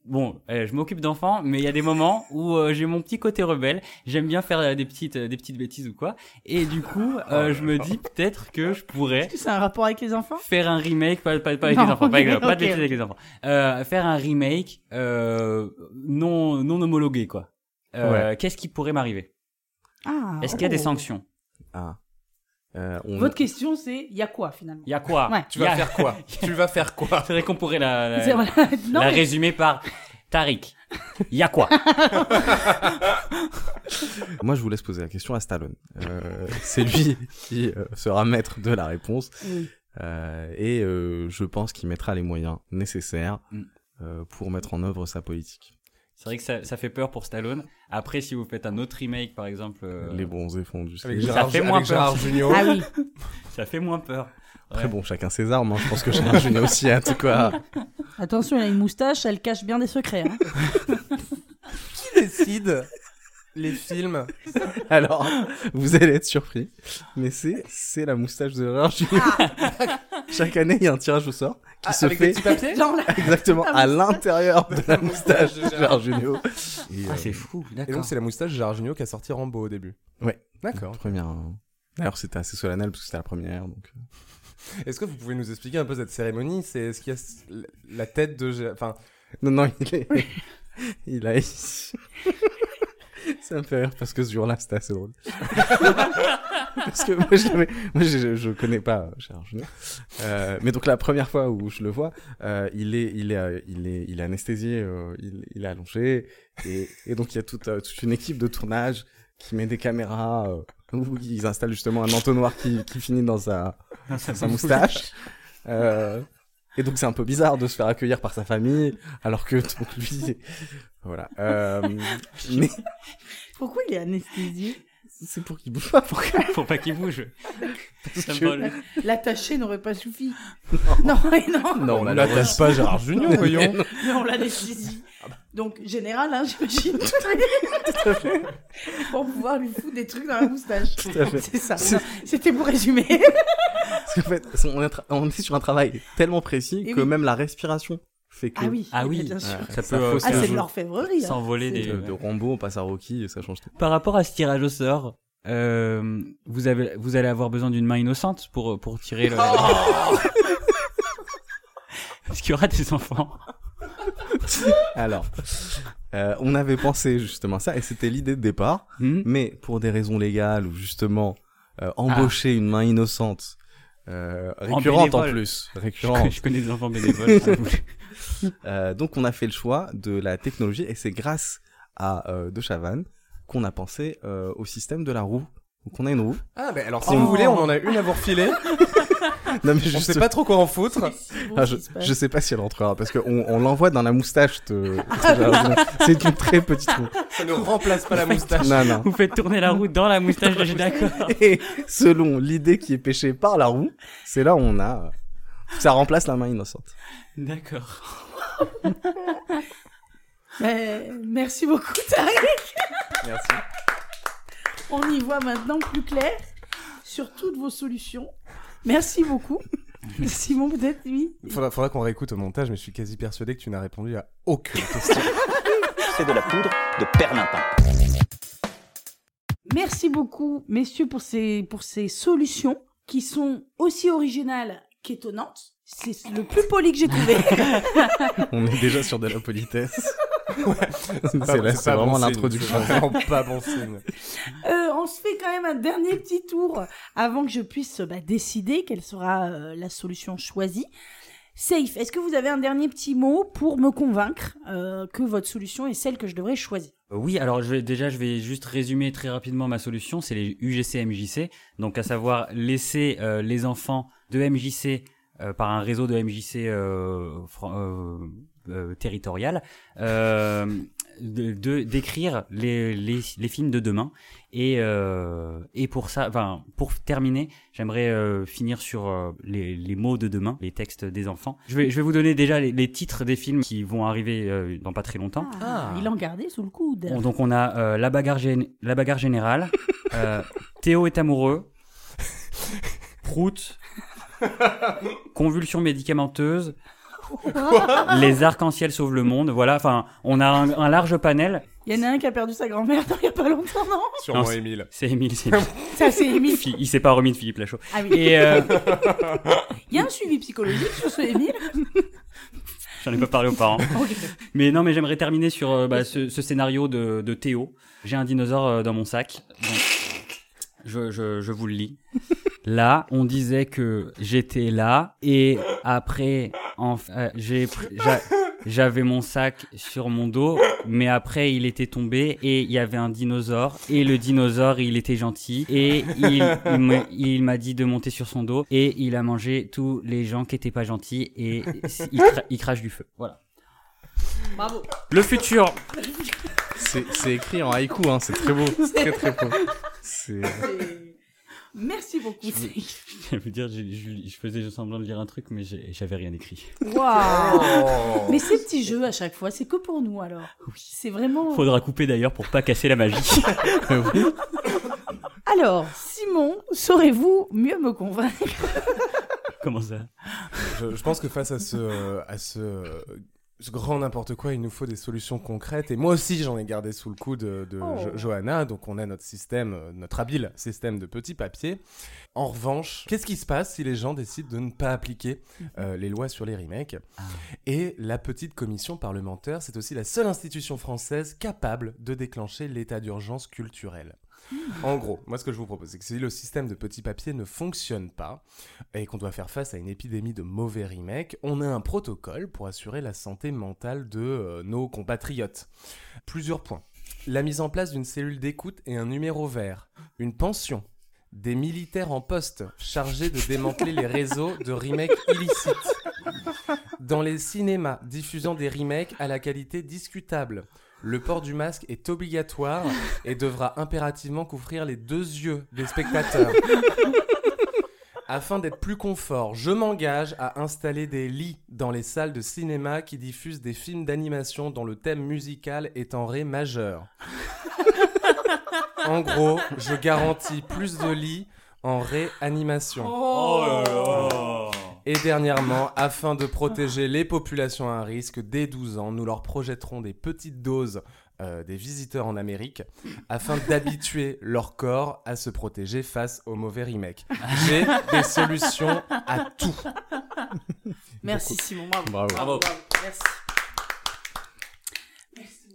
E: Bon, euh, je m'occupe d'enfants, mais il y a des moments où euh, j'ai mon petit côté rebelle. J'aime bien faire euh, des petites, euh, des petites bêtises ou quoi. Et du coup, euh, je me dis peut-être que je pourrais
C: Est-ce que c'est un rapport avec les enfants
E: faire un remake, pas, pas, pas avec
C: Non,
E: les enfants, pas, avec,
C: ok,
E: pas
C: ok.
E: de bêtises avec les enfants. Euh, faire un remake euh, non, non homologué, quoi. Euh, Qu'est-ce qui pourrait m'arriver
C: Ah.
E: Est-ce qu'il y a des
C: oh.
E: sanctions
G: Ah. Euh, on-
C: Votre question, c'est il y a quoi finalement
E: Il y a quoi
C: Ouais.
F: Tu
E: Il y
F: vas
E: a-
F: faire quoi Tu vas faire quoi
E: C'est vrai qu'on pourrait la, la-
C: C'est- voilà. Non, mais-
E: la résumer par Tariq. Il y a quoi
G: Moi, je vous laisse poser la question à Stallone. Euh, c'est lui qui euh, sera maître de la réponse.
C: Oui.
G: Euh, et euh, je pense qu'il mettra les moyens nécessaires
E: Mm.
G: euh, pour mettre en œuvre sa politique.
E: C'est vrai que ça, ça fait peur pour Stallone. Après, si vous faites un autre remake, par exemple, euh,
G: Les bronzés fondus.
F: Avec
G: c'est-
F: Gérard,
E: fait moins
F: avec
E: peur.
F: Gérard Junior.
C: Ah oui.
E: ça fait moins peur.
G: Après, bon, chacun ses armes. hein. Je pense que Gérard Junior aussi a tout quoi.
C: Attention, elle a une moustache, elle cache bien des secrets. hein.
F: Qui décide les films
G: Alors, vous allez être surpris. Mais c'est, c'est la moustache de Gérard Junior. Chaque année, il y a un tirage au sort qui
E: Ah,
G: se
F: Avec des
G: fait
F: petits papiers
C: Genre là.
G: exactement à l'intérieur de la moustache de Gérard Junior. Et, euh,
E: Ah, c'est fou,
F: Et
E: d'accord.
F: donc, c'est la moustache de Gérard Junior qui a sorti Rambo au début.
G: Ouais.
F: D'accord.
G: Première. hein. D'ailleurs, c'était assez solennel parce que c'était la première. Donc... euh,
F: Est-ce que vous pouvez nous expliquer un peu cette cérémonie C'est est-ce qu'il y a s- la tête de Gérard- enfin
G: Non, non, il est. il a. Ça me fait rire parce que ce jour-là, c'était assez drôle. parce que moi, je, l'avais- moi, je, je connais pas Gérard Jugnot. Euh, mais donc, la première fois où je le vois, euh, il, est, il, est, euh, il, est, il est anesthésié, euh, il, il est allongé. Et, et donc, il y a toute, euh, toute une équipe de tournage qui met des caméras euh, où ils installent justement un entonnoir qui, qui finit dans sa,
E: Ça
G: sa moustache. Euh, et donc c'est un peu bizarre de se faire accueillir par sa famille, alors que donc lui, voilà. Euh, mais
C: Pourquoi il est anesthésié
G: c'est pour qu'il bouge pas, pour que-
E: Faut pas qu'il bouge. Ça me
G: que-
E: parle.
C: L'attaché n'aurait pas suffi. Non, mais non,
G: Non,
F: on
G: malheureusement.
F: n'attache pas Gérard Junior, voyons.
C: mais on l'anesthésie.
G: Ah bah.
C: Donc, général, hein, j'imagine. pour pouvoir lui foutre des trucs dans la moustache.
G: à fait.
C: C'est ça. Non, C'était pour résumer.
G: Parce qu'en fait, on est, tra- on est sur un travail tellement précis
C: Et
G: que
C: Eh oui.
G: même la respiration fait que
C: Ah oui.
E: Ah oui,
C: bien sûr.
E: ça
G: Ça
E: peut euh,
G: fausse
C: Ah,
E: faire
C: c'est de
G: jeu.
C: l'orfèvrerie. hein.
E: s'envoler
C: C'est-
E: des.
G: de, de Rambo on passe à Rocky et ça change tout.
E: Par rapport à ce tirage au sort, euh, vous, avez, vous allez avoir besoin d'une main innocente pour, pour tirer le.
C: Oh
E: Parce qu'il y aura des enfants.
G: Alors, euh, on avait pensé justement à ça et c'était l'idée de départ.
E: Hmm
G: mais pour des raisons légales ou justement euh,
C: Ah.
G: embaucher une main innocente euh, récurrente en,
E: bénévole.
G: plus
E: je, connais,
G: récurrente
E: je connais des enfants bénévoles. ça bouge.
G: Euh, donc on a fait le choix de la technologie et c'est grâce à euh, De Chavannes qu'on a pensé euh, au système de la roue donc on a une roue
F: Ah, mais alors si
G: Oh.
F: vous voulez, on en a une à vous refiler.
G: non mais
F: Je
G: juste
F: sais pas trop quoi en foutre.
G: Ah, je, je sais pas si elle entrera parce qu'on on l'envoie dans la moustache de- c'est une très petite roue
F: Ça ne remplace pas la moustache.
G: non non
E: vous faites tourner la roue dans la moustache, je suis d'accord.
G: et selon l'idée qui est pêchée par la roue c'est là où on a euh, ça remplace la main innocente
E: D'accord.
C: Mais merci beaucoup, Tariq.
G: Merci.
C: On y voit maintenant plus clair sur toutes vos solutions. Merci beaucoup. Simon, peut-être, oui.
F: Faudra, faudra qu'on réécoute au montage, mais je suis quasi persuadé que tu n'as répondu à aucune question.
H: C'est de la poudre de perlimpin.
C: Merci beaucoup, messieurs, pour ces, pour ces solutions qui sont aussi originales qu'étonnantes. C'est le plus poli que j'ai trouvé.
G: On est déjà sur de la politesse. c'est
F: pas-
G: là, c'est
F: pas
G: vraiment
F: bon signe.
G: l'introduction.
F: C'est vraiment pas bon signe.
C: Euh, on se fait quand même un dernier petit tour avant que je puisse bah, décider quelle sera euh, la solution choisie. Safe, est-ce que vous avez un dernier petit mot pour me convaincre euh, que votre solution est celle que je devrais choisir
E: Euh, Oui, alors je vais- déjà, je vais juste résumer très rapidement ma solution. C'est les UGC-MJC. Donc, à savoir laisser euh, les enfants de MJC euh, par un réseau de MJC euh, fran- euh, euh, territorial euh, de- de- d'écrire les, les, les films de demain. Et, euh, et pour ça, enfin, pour terminer, j'aimerais euh, finir sur euh, les, les mots de demain, les textes des enfants. Je vais, je vais vous donner déjà les, les titres des films qui vont arriver euh, dans pas très longtemps.
C: Ah, Il en gardait sous le coude.
E: On- donc on a euh, la, bagarre gén- la bagarre générale, euh, Théo est amoureux, Prout, Convulsion médicamenteuse, Les arcs-en-ciel sauvent le monde. Voilà, enfin, on a un, un large panel.
C: Il y en a un qui a perdu sa grand-mère dans- il n'y a pas longtemps, non
E: Non,
F: Sûrement
E: c'est-
F: Émile.
E: C'est Émile, c'est
C: Ça, c'est Émile.
E: Phil- Il s'est pas remis de Philippe Lachaud.
C: Ah oui.
E: Et euh,
C: Il y a un suivi psychologique sur ce Émile.
E: j'en ai pas parlé aux parents.
C: Ok.
E: Mais non, mais j'aimerais terminer sur euh, bah, ce, ce scénario de, de Théo. J'ai un dinosaure euh, dans mon sac. Donc, je, je, je vous le lis. Là, on disait que j'étais là et après, en- euh, j'ai pr- j'a- j'avais mon sac sur mon dos, mais après il était tombé et il y avait un dinosaure et le dinosaure il était gentil et il, il me- il m'a dit de monter sur son dos et il a mangé tous les gens qui étaient pas gentils et il, cra- il crache du feu. Voilà.
A: Bravo.
E: Le futur.
G: C'est c'est écrit en haïku, hein, c'est très beau. C'est très très beau. C'est-
C: Et- Merci beaucoup.
E: Je veux- Je vais vous dire, j'ai- je, je faisais semblant de lire un truc, mais j'ai- j'avais rien écrit.
C: Waouh Mais ces petits jeux à chaque fois, c'est que pour nous alors. C'est vraiment.
E: Faudra couper d'ailleurs pour pas casser la magie.
C: Alors, Simon, saurez-vous mieux me convaincre
E: Comment ça
F: Je, je pense que face à ce, euh, à ce, ce grand n'importe quoi, il nous faut des solutions concrètes. Et moi aussi, j'en ai gardé sous le coup de, de
C: Oh.
F: Jo- Johanna. Donc, on a notre système, euh, notre habile système de petits papiers. En revanche, qu'est-ce qui se passe si les gens décident de ne pas appliquer euh, les lois sur les remakes Et la petite commission parlementaire, c'est aussi la seule institution française capable de déclencher l'état d'urgence culturelle. En gros, moi ce que je vous propose, c'est que si le système de petits papiers ne fonctionne pas, et qu'on doit faire face à une épidémie de mauvais remakes, on a un protocole pour assurer la santé mentale de euh, nos compatriotes. Plusieurs points. La mise en place d'une cellule d'écoute et un numéro vert. Une pension. Des militaires en poste chargés de démanteler les réseaux de remakes illicites. Dans les cinémas diffusant des remakes à la qualité discutable. Le port du masque est obligatoire et devra impérativement couvrir les deux yeux des spectateurs. Afin d'être plus confort, je m'engage à installer des lits dans les salles de cinéma qui diffusent des films d'animation dont le thème musical est en ré majeur. en gros, je garantis plus de lits en réanimation.
C: Oh,
E: Oh,
F: Et dernièrement, afin de protéger les populations à risque, dès 12 ans, nous leur projetterons des petites doses euh, des visiteurs en Amérique afin d'habituer leur corps à se protéger face aux mauvais remakes. J'ai des solutions à tout.
C: Merci Simon, bravo.
G: Bravo.
C: Merci.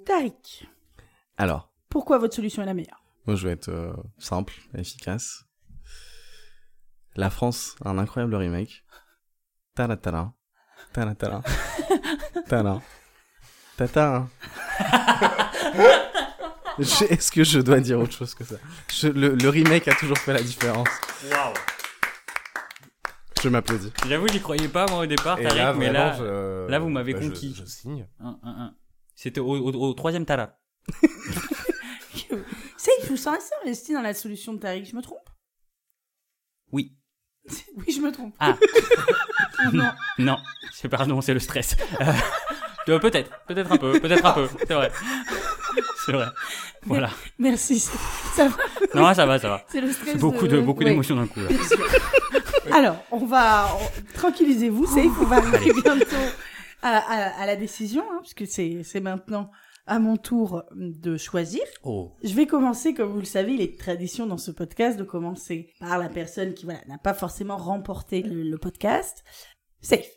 C: Tariq,
G: Alors,
C: pourquoi votre solution est la meilleure
G: moi je vais être euh, simple, efficace. La France a un incroyable remake. Taratara. Taratara. Tara. Tata. hein. Je- Est-ce que je dois dire autre chose que ça Je- le, le remake a toujours fait la différence. Je m'applaudis.
E: J'avoue, j'y croyais pas moi au départ, Tariq, mais là,
F: je- bah,
E: là, vous m'avez
F: je-
E: conquis.
F: Je, signe.
E: Un, un, un. c'était au, au- au troisième tala.
C: C'est il faut ça s'investit dans la solution de Tariq, je me trompe
E: Oui.
C: Oui, je me trompe.
E: Ah.
C: non.
E: Non, c'est pardon, c'est le stress. Euh, euh, peut-être, peut-être un peu, peut-être un peu. C'est vrai. C'est vrai. Voilà.
C: Merci. c'est- Ça va,
E: Non, ça va, ça va.
C: c'est le stress.
E: C'est beaucoup de beaucoup
C: Ouais.
E: d'émotions d'un coup. là.
C: Alors, on va on- tranquillez-vous, c'est qu'on va arriver bientôt à, à- à la décision, hein, puisque c'est c'est maintenant à mon tour de choisir. Je vais commencer, comme vous le savez, il est tradition dans ce podcast de commencer par la personne qui voilà, n'a pas forcément remporté le, le podcast. Safe.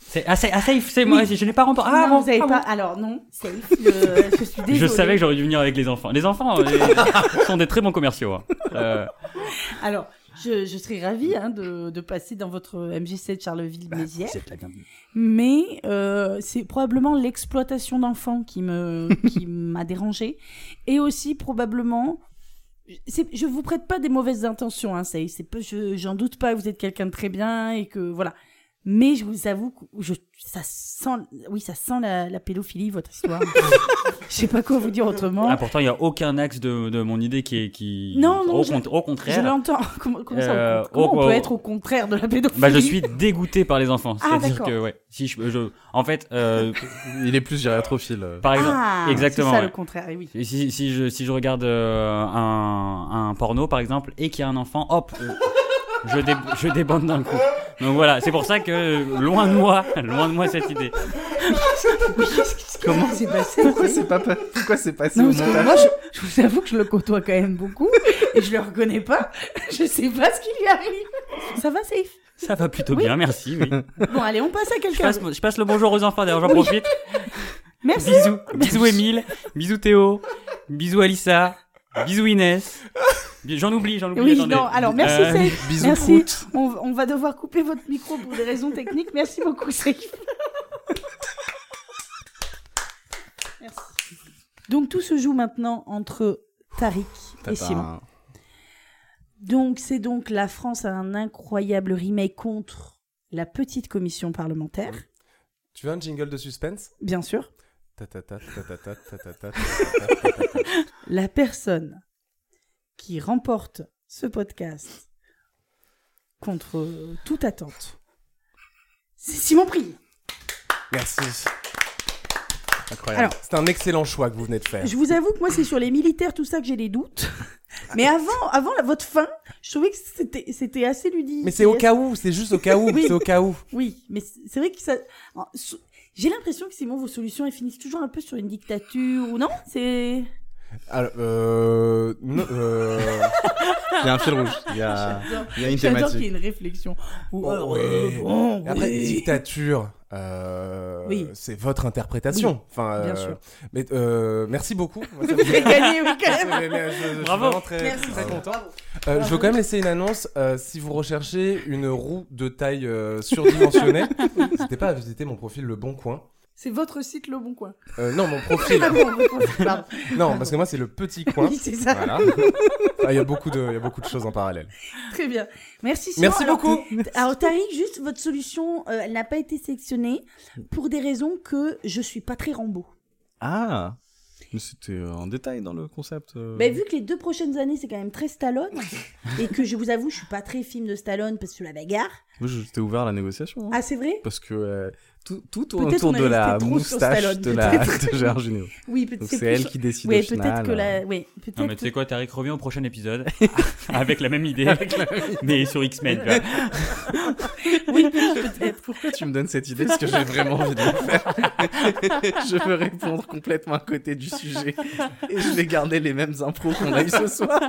E: C'est ah, c'est- ah, safe, c'est moi, je n'ai pas remporté. Ah,
C: non,
E: bon,
C: vous avez
E: ah,
C: pas. Alors non, safe. le- je suis
E: bon.
C: désolée.
E: Je savais que j'aurais dû venir avec les enfants. Les enfants euh, sont des très bons commerciaux. hein. Euh,
C: Alors, Je, je serais ravie hein, de, de passer dans votre MJC de Charleville-Mézières,
E: Vous êtes la bienvenue.
C: mais euh, c'est probablement l'exploitation d'enfants qui me qui m'a dérangée, et aussi probablement. c'est- Je vous prête pas des mauvaises intentions, hein, c'est, c'est peu, je, j'en doute pas, vous êtes quelqu'un de très bien et que voilà. Mais je vous avoue que je, ça sent, oui, ça sent la, la pédophilie votre histoire. je sais pas quoi vous dire autrement.
E: Ah, pourtant, il n'y a aucun axe de, de mon idée qui est. Qui...
C: Non, non,
E: au,
C: je-
E: cont- au
C: Je
E: contraire,
C: l'entends. Comment, comment ça, au
E: Euh,
C: con- comment
E: au-
C: on peut
E: au-
C: être au contraire de la pédophilie
E: bah, je suis dégoûté par les enfants.
C: Ah,
E: C'est-à-dire que,
C: d'accord.
E: ouais, si je, je- En fait, euh,
G: Il est plus gériatrophile. euh.
E: par exemple.
C: Ah,
E: exactement,
C: C'est ça
E: ouais.
C: le contraire, eh oui.
E: Si, si- si je, si je regarde euh, un, un porno, par exemple, et qu'il y a un enfant, hop, euh, je, dé- je débande d'un coup. Donc voilà, c'est pour ça que euh, loin de moi, loin de moi cette idée.
C: Comment c'est passé
D: Pourquoi c'est pas pa- pourquoi c'est passé
C: Non,
D: au
C: parce que
D: montage
C: moi, je, je vous avoue que je le côtoie quand même beaucoup et je le reconnais pas. Je sais pas ce qui lui arrive. Ça va, safe
E: Ça va plutôt
C: Oui.
E: bien, merci. oui.
C: Bon, allez, on passe à
E: Je,
C: quelqu'un.
E: passe, je passe le bonjour aux enfants, d'ailleurs, j'en profite.
C: Merci.
E: Bisous, bisous Émile, bisous Théo, bisous Alissa, bisous Inès. Bi- J'en oublie, j'en oublie.
C: Oui,
E: attendez.
C: non, alors merci,
E: Euh,
C: safe.
G: Bisous,
C: Merci.
G: Prout.
C: On, on va devoir couper votre micro pour des raisons techniques. Merci beaucoup, safe. Merci. Donc, tout se joue maintenant entre Tariq et Simon.
G: Tadam.
C: Donc, c'est donc la France a un incroyable remake contre la petite commission parlementaire,
F: Tu veux un jingle de suspense
C: bien sûr.
F: Ta ta ta ta ta ta ta ta ta ta ta ta ta.
C: La personne qui remporte ce podcast contre euh, toute attente, c'est Simon Prix.
F: Merci. Incroyable.
C: Alors-
F: c'est un excellent choix que vous venez de faire.
C: Je vous avoue que moi, c'est sur les militaires, tout ça que j'ai des doutes. Mais avant, avant la- votre fin, je trouvais que c'était c'était assez ludique.
F: Mais c'est au cas où, c'est juste au cas où,
C: Oui.
F: c'est au cas où.
C: Oui, mais c'est c'est vrai que ça. en- sou- J'ai l'impression que Simon, vos solutions, elles finissent toujours un peu sur une dictature ou non C'est.
F: Alors, euh, non, euh,
G: Il y a un fil rouge. Il y a, il y a une
C: J'adore qu'il y ait
G: thématique.
C: une réflexion. Ou,
F: Oh,
C: euh,
F: ouais.
C: bon,
F: après
C: oui.
F: dictature, euh,
C: Oui.
F: c'est votre interprétation.
C: Oui,
F: Enfin, euh,
C: bien sûr.
F: Mais euh, merci beaucoup. Moi, ça me-
C: Vous avez gagné, oui, quand même.
F: Mais- mais je- je suis
E: Bravo.
F: vraiment très,
C: Merci,
F: très
C: Simon.
F: content.
C: Bravo.
F: Euh, je veux quand même laisser une annonce. euh, si vous recherchez une roue de taille euh, surdimensionnée, n'hésitez pas à visiter mon profil Le Bon Coin.
C: C'est votre site Le Bon Coin.
F: Euh, non, mon profil.
C: Ah bon, votre site, pardon.
F: non, parce que moi c'est le Petit Coin.
C: Oui, c'est ça.
F: Voilà. Ah, Il y a beaucoup de, il y a beaucoup de choses en parallèle.
C: Très bien. Merci Simon.
F: Merci
C: Alors,
F: beaucoup.
C: Alors Tariq, juste votre solution, euh, elle n'a pas été sélectionnée pour des raisons que je suis pas très Rambo.
G: Ah Mais c'était euh, en détail dans le concept. euh.
C: Bah, vu que les deux prochaines années c'est quand même très Stallone et que je vous avoue je suis pas très film de Stallone parce que la bagarre.
G: Moi, je t'ai ouvert à la négociation. hein.
C: Ah c'est vrai
G: Parce que euh, tout, tout tourne
C: Peut-être
G: autour
C: on a
G: de la
C: resté trop sur
G: moustache
C: Stallone,
G: de, la, de Gérard Jugnot.
C: Oui peut-être.
G: Donc c'est elle qui décide au
C: Oui
G: final. hein.
C: peut-être que la. Oui peut-être.
E: Non, mais tu sais
C: que-
E: quoi, Tariq, reviens au prochain épisode avec la même idée, mais sur X-Men. tu vois.
C: Oui peut-être.
G: Pourquoi tu me donnes cette idée Parce que j'ai vraiment envie de le faire. je veux répondre complètement à côté du sujet. Et je vais garder les mêmes impros qu'on a eu ce soir.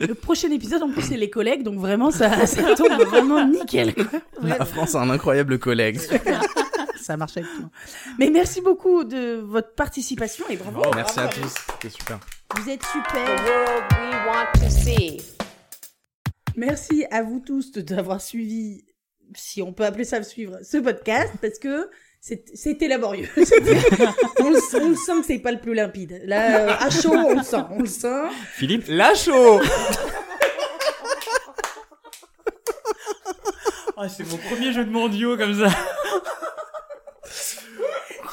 C: Le prochain épisode en plus c'est les collègues donc vraiment ça, ça tombe vraiment nickel. quoi. Ouais,
G: La France a un incroyable collègue.
C: ça marche avec tout. Mais merci beaucoup de votre participation et bravo.
G: Merci à tous. C'était super.
C: Vous êtes
A: The
C: super.
A: world we want to see.
C: Merci à vous tous de- d'avoir suivi, si on peut appeler ça suivre, ce podcast, parce que c'est- c'était laborieux. C'était- on, le, on le sent que c'est pas le plus limpide. Là, euh, à chaud, on le sent, on le sent.
E: Philippe,
F: Lachaud
E: Ah, c'est mon premier jeu de mondiaux comme ça.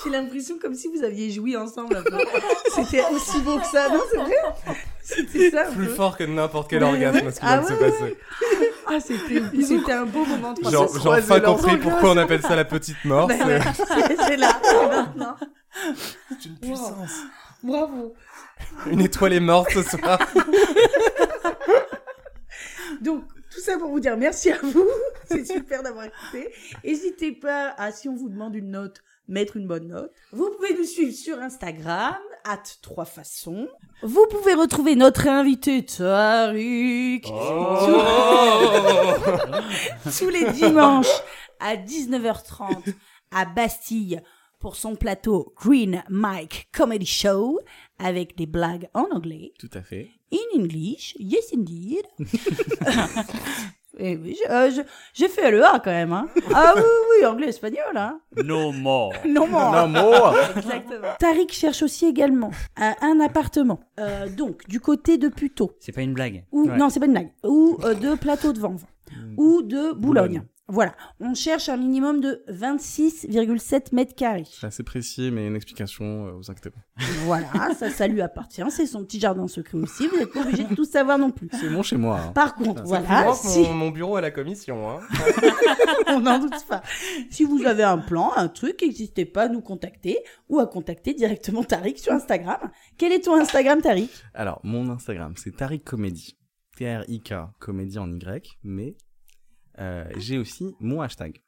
C: J'ai l'impression comme si vous aviez joui ensemble un peu. C'était aussi beau que ça, non, c'est vrai C'était ça un
F: Plus
C: peu.
F: fort que n'importe quel
C: Ouais,
F: orgasme
C: ouais.
F: ce qui vient
C: Ah
F: de se
C: ouais,
F: passer.
C: Ah, c'était c'était un beau moment de
F: J'ai j'ai enfin compris pourquoi on appelle ça la petite mort.
C: Ben
F: c'est-
C: ouais, C'est c'est là, c'est maintenant.
F: C'est une
C: puissance. Bravo.
F: Euh, Une étoile est morte ce soir.
C: Donc, tout ça pour vous dire merci à vous. C'est super d'avoir écouté. N'hésitez pas à, si on vous demande une note, mettre une bonne note. Vous pouvez nous suivre sur Instagram, at trois façons. Vous pouvez retrouver notre invité Tariq tous, tous les dimanches à 19h30 à Bastille pour son plateau Green Mike Comedy Show avec des blagues en anglais.
G: Tout à fait.
C: in English, yes indeed. Et oui, je- euh, je- j'ai fait le A quand même. hein. Ah oui, oui, oui, anglais, espagnol. Hein.
E: No more.
C: Non, moi.
F: Non, moi
C: Exactement. Tariq cherche aussi également un, un appartement. Euh, donc, du côté de Puteaux.
E: C'est pas une blague.
C: Ou,
E: Ouais.
C: Non, c'est pas une blague. Ou euh, de Plateau de Vanves. Ou de Boulogne. Voilà. On cherche un minimum de 26,7 mètres carrés.
G: C'est assez précis, mais une explication, euh, vous inquiétez pas.
C: Voilà, ça, ça lui appartient. C'est son petit jardin secret aussi. Vous n'êtes pas obligé de tout savoir non plus.
G: C'est bon chez moi. hein.
C: Par contre, voilà, si,
F: mon, mon bureau à la commission. Hein.
C: on n'en doute pas. Si vous avez un plan, un truc, n'hésitez pas à nous contacter ou à contacter directement Tariq sur Instagram. Quel est ton Instagram, Tariq
G: Alors, mon Instagram, c'est Tariq Comedy. T-R-I-K, comédie en Y, mais euh, j'ai aussi mon hashtag.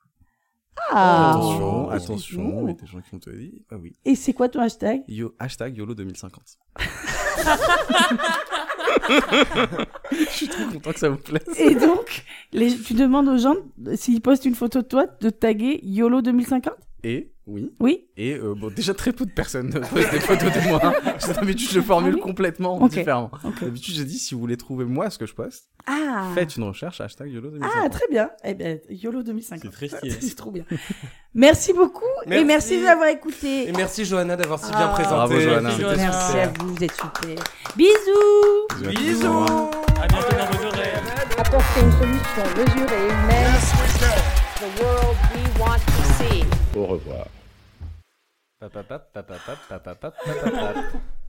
C: Ah. Oh.
G: attention, attention,
C: Ouh.
G: il y a des gens qui ont te dit. Ah oui.
C: Et c'est quoi ton hashtag
G: Yo, hashtag YOLO 2050. Je suis trop content que ça vous plaise.
C: Et donc, les- tu demandes aux gens, s'ils postent une photo de toi, de taguer YOLO 2050
G: Et, oui,
C: Oui
G: et euh, bon, déjà très peu de personnes euh, postent des photos de moi. Cette habitude, je le formule
C: Ah oui
G: complètement
C: Ok.
G: différemment.
C: Ok.
G: D'habitude, j'ai dit si vous voulez trouver moi ce que je poste,
C: Ah
G: faites une recherche hashtag YOLO 2050.
C: Ah, très bien. Eh bien, YOLO 2050.
E: C'est très stylé.
C: C'est trop bien. Merci beaucoup et
F: Merci.
C: merci de l'avoir écouté.
F: Et merci Johanna d'avoir si
C: Ah.
F: bien présenté.
G: Bravo, Johanna.
F: C'était
C: Merci
F: super.
C: à vous, vous êtes super. Bisous
F: Bisous.
E: À bientôt dans vos oreilles.
A: Apporter une solution mesurée, humaine. The world we want to see.
F: Pa, pa, pa, pa, pa, pa, pa, pa, pa, pa, pa, pa.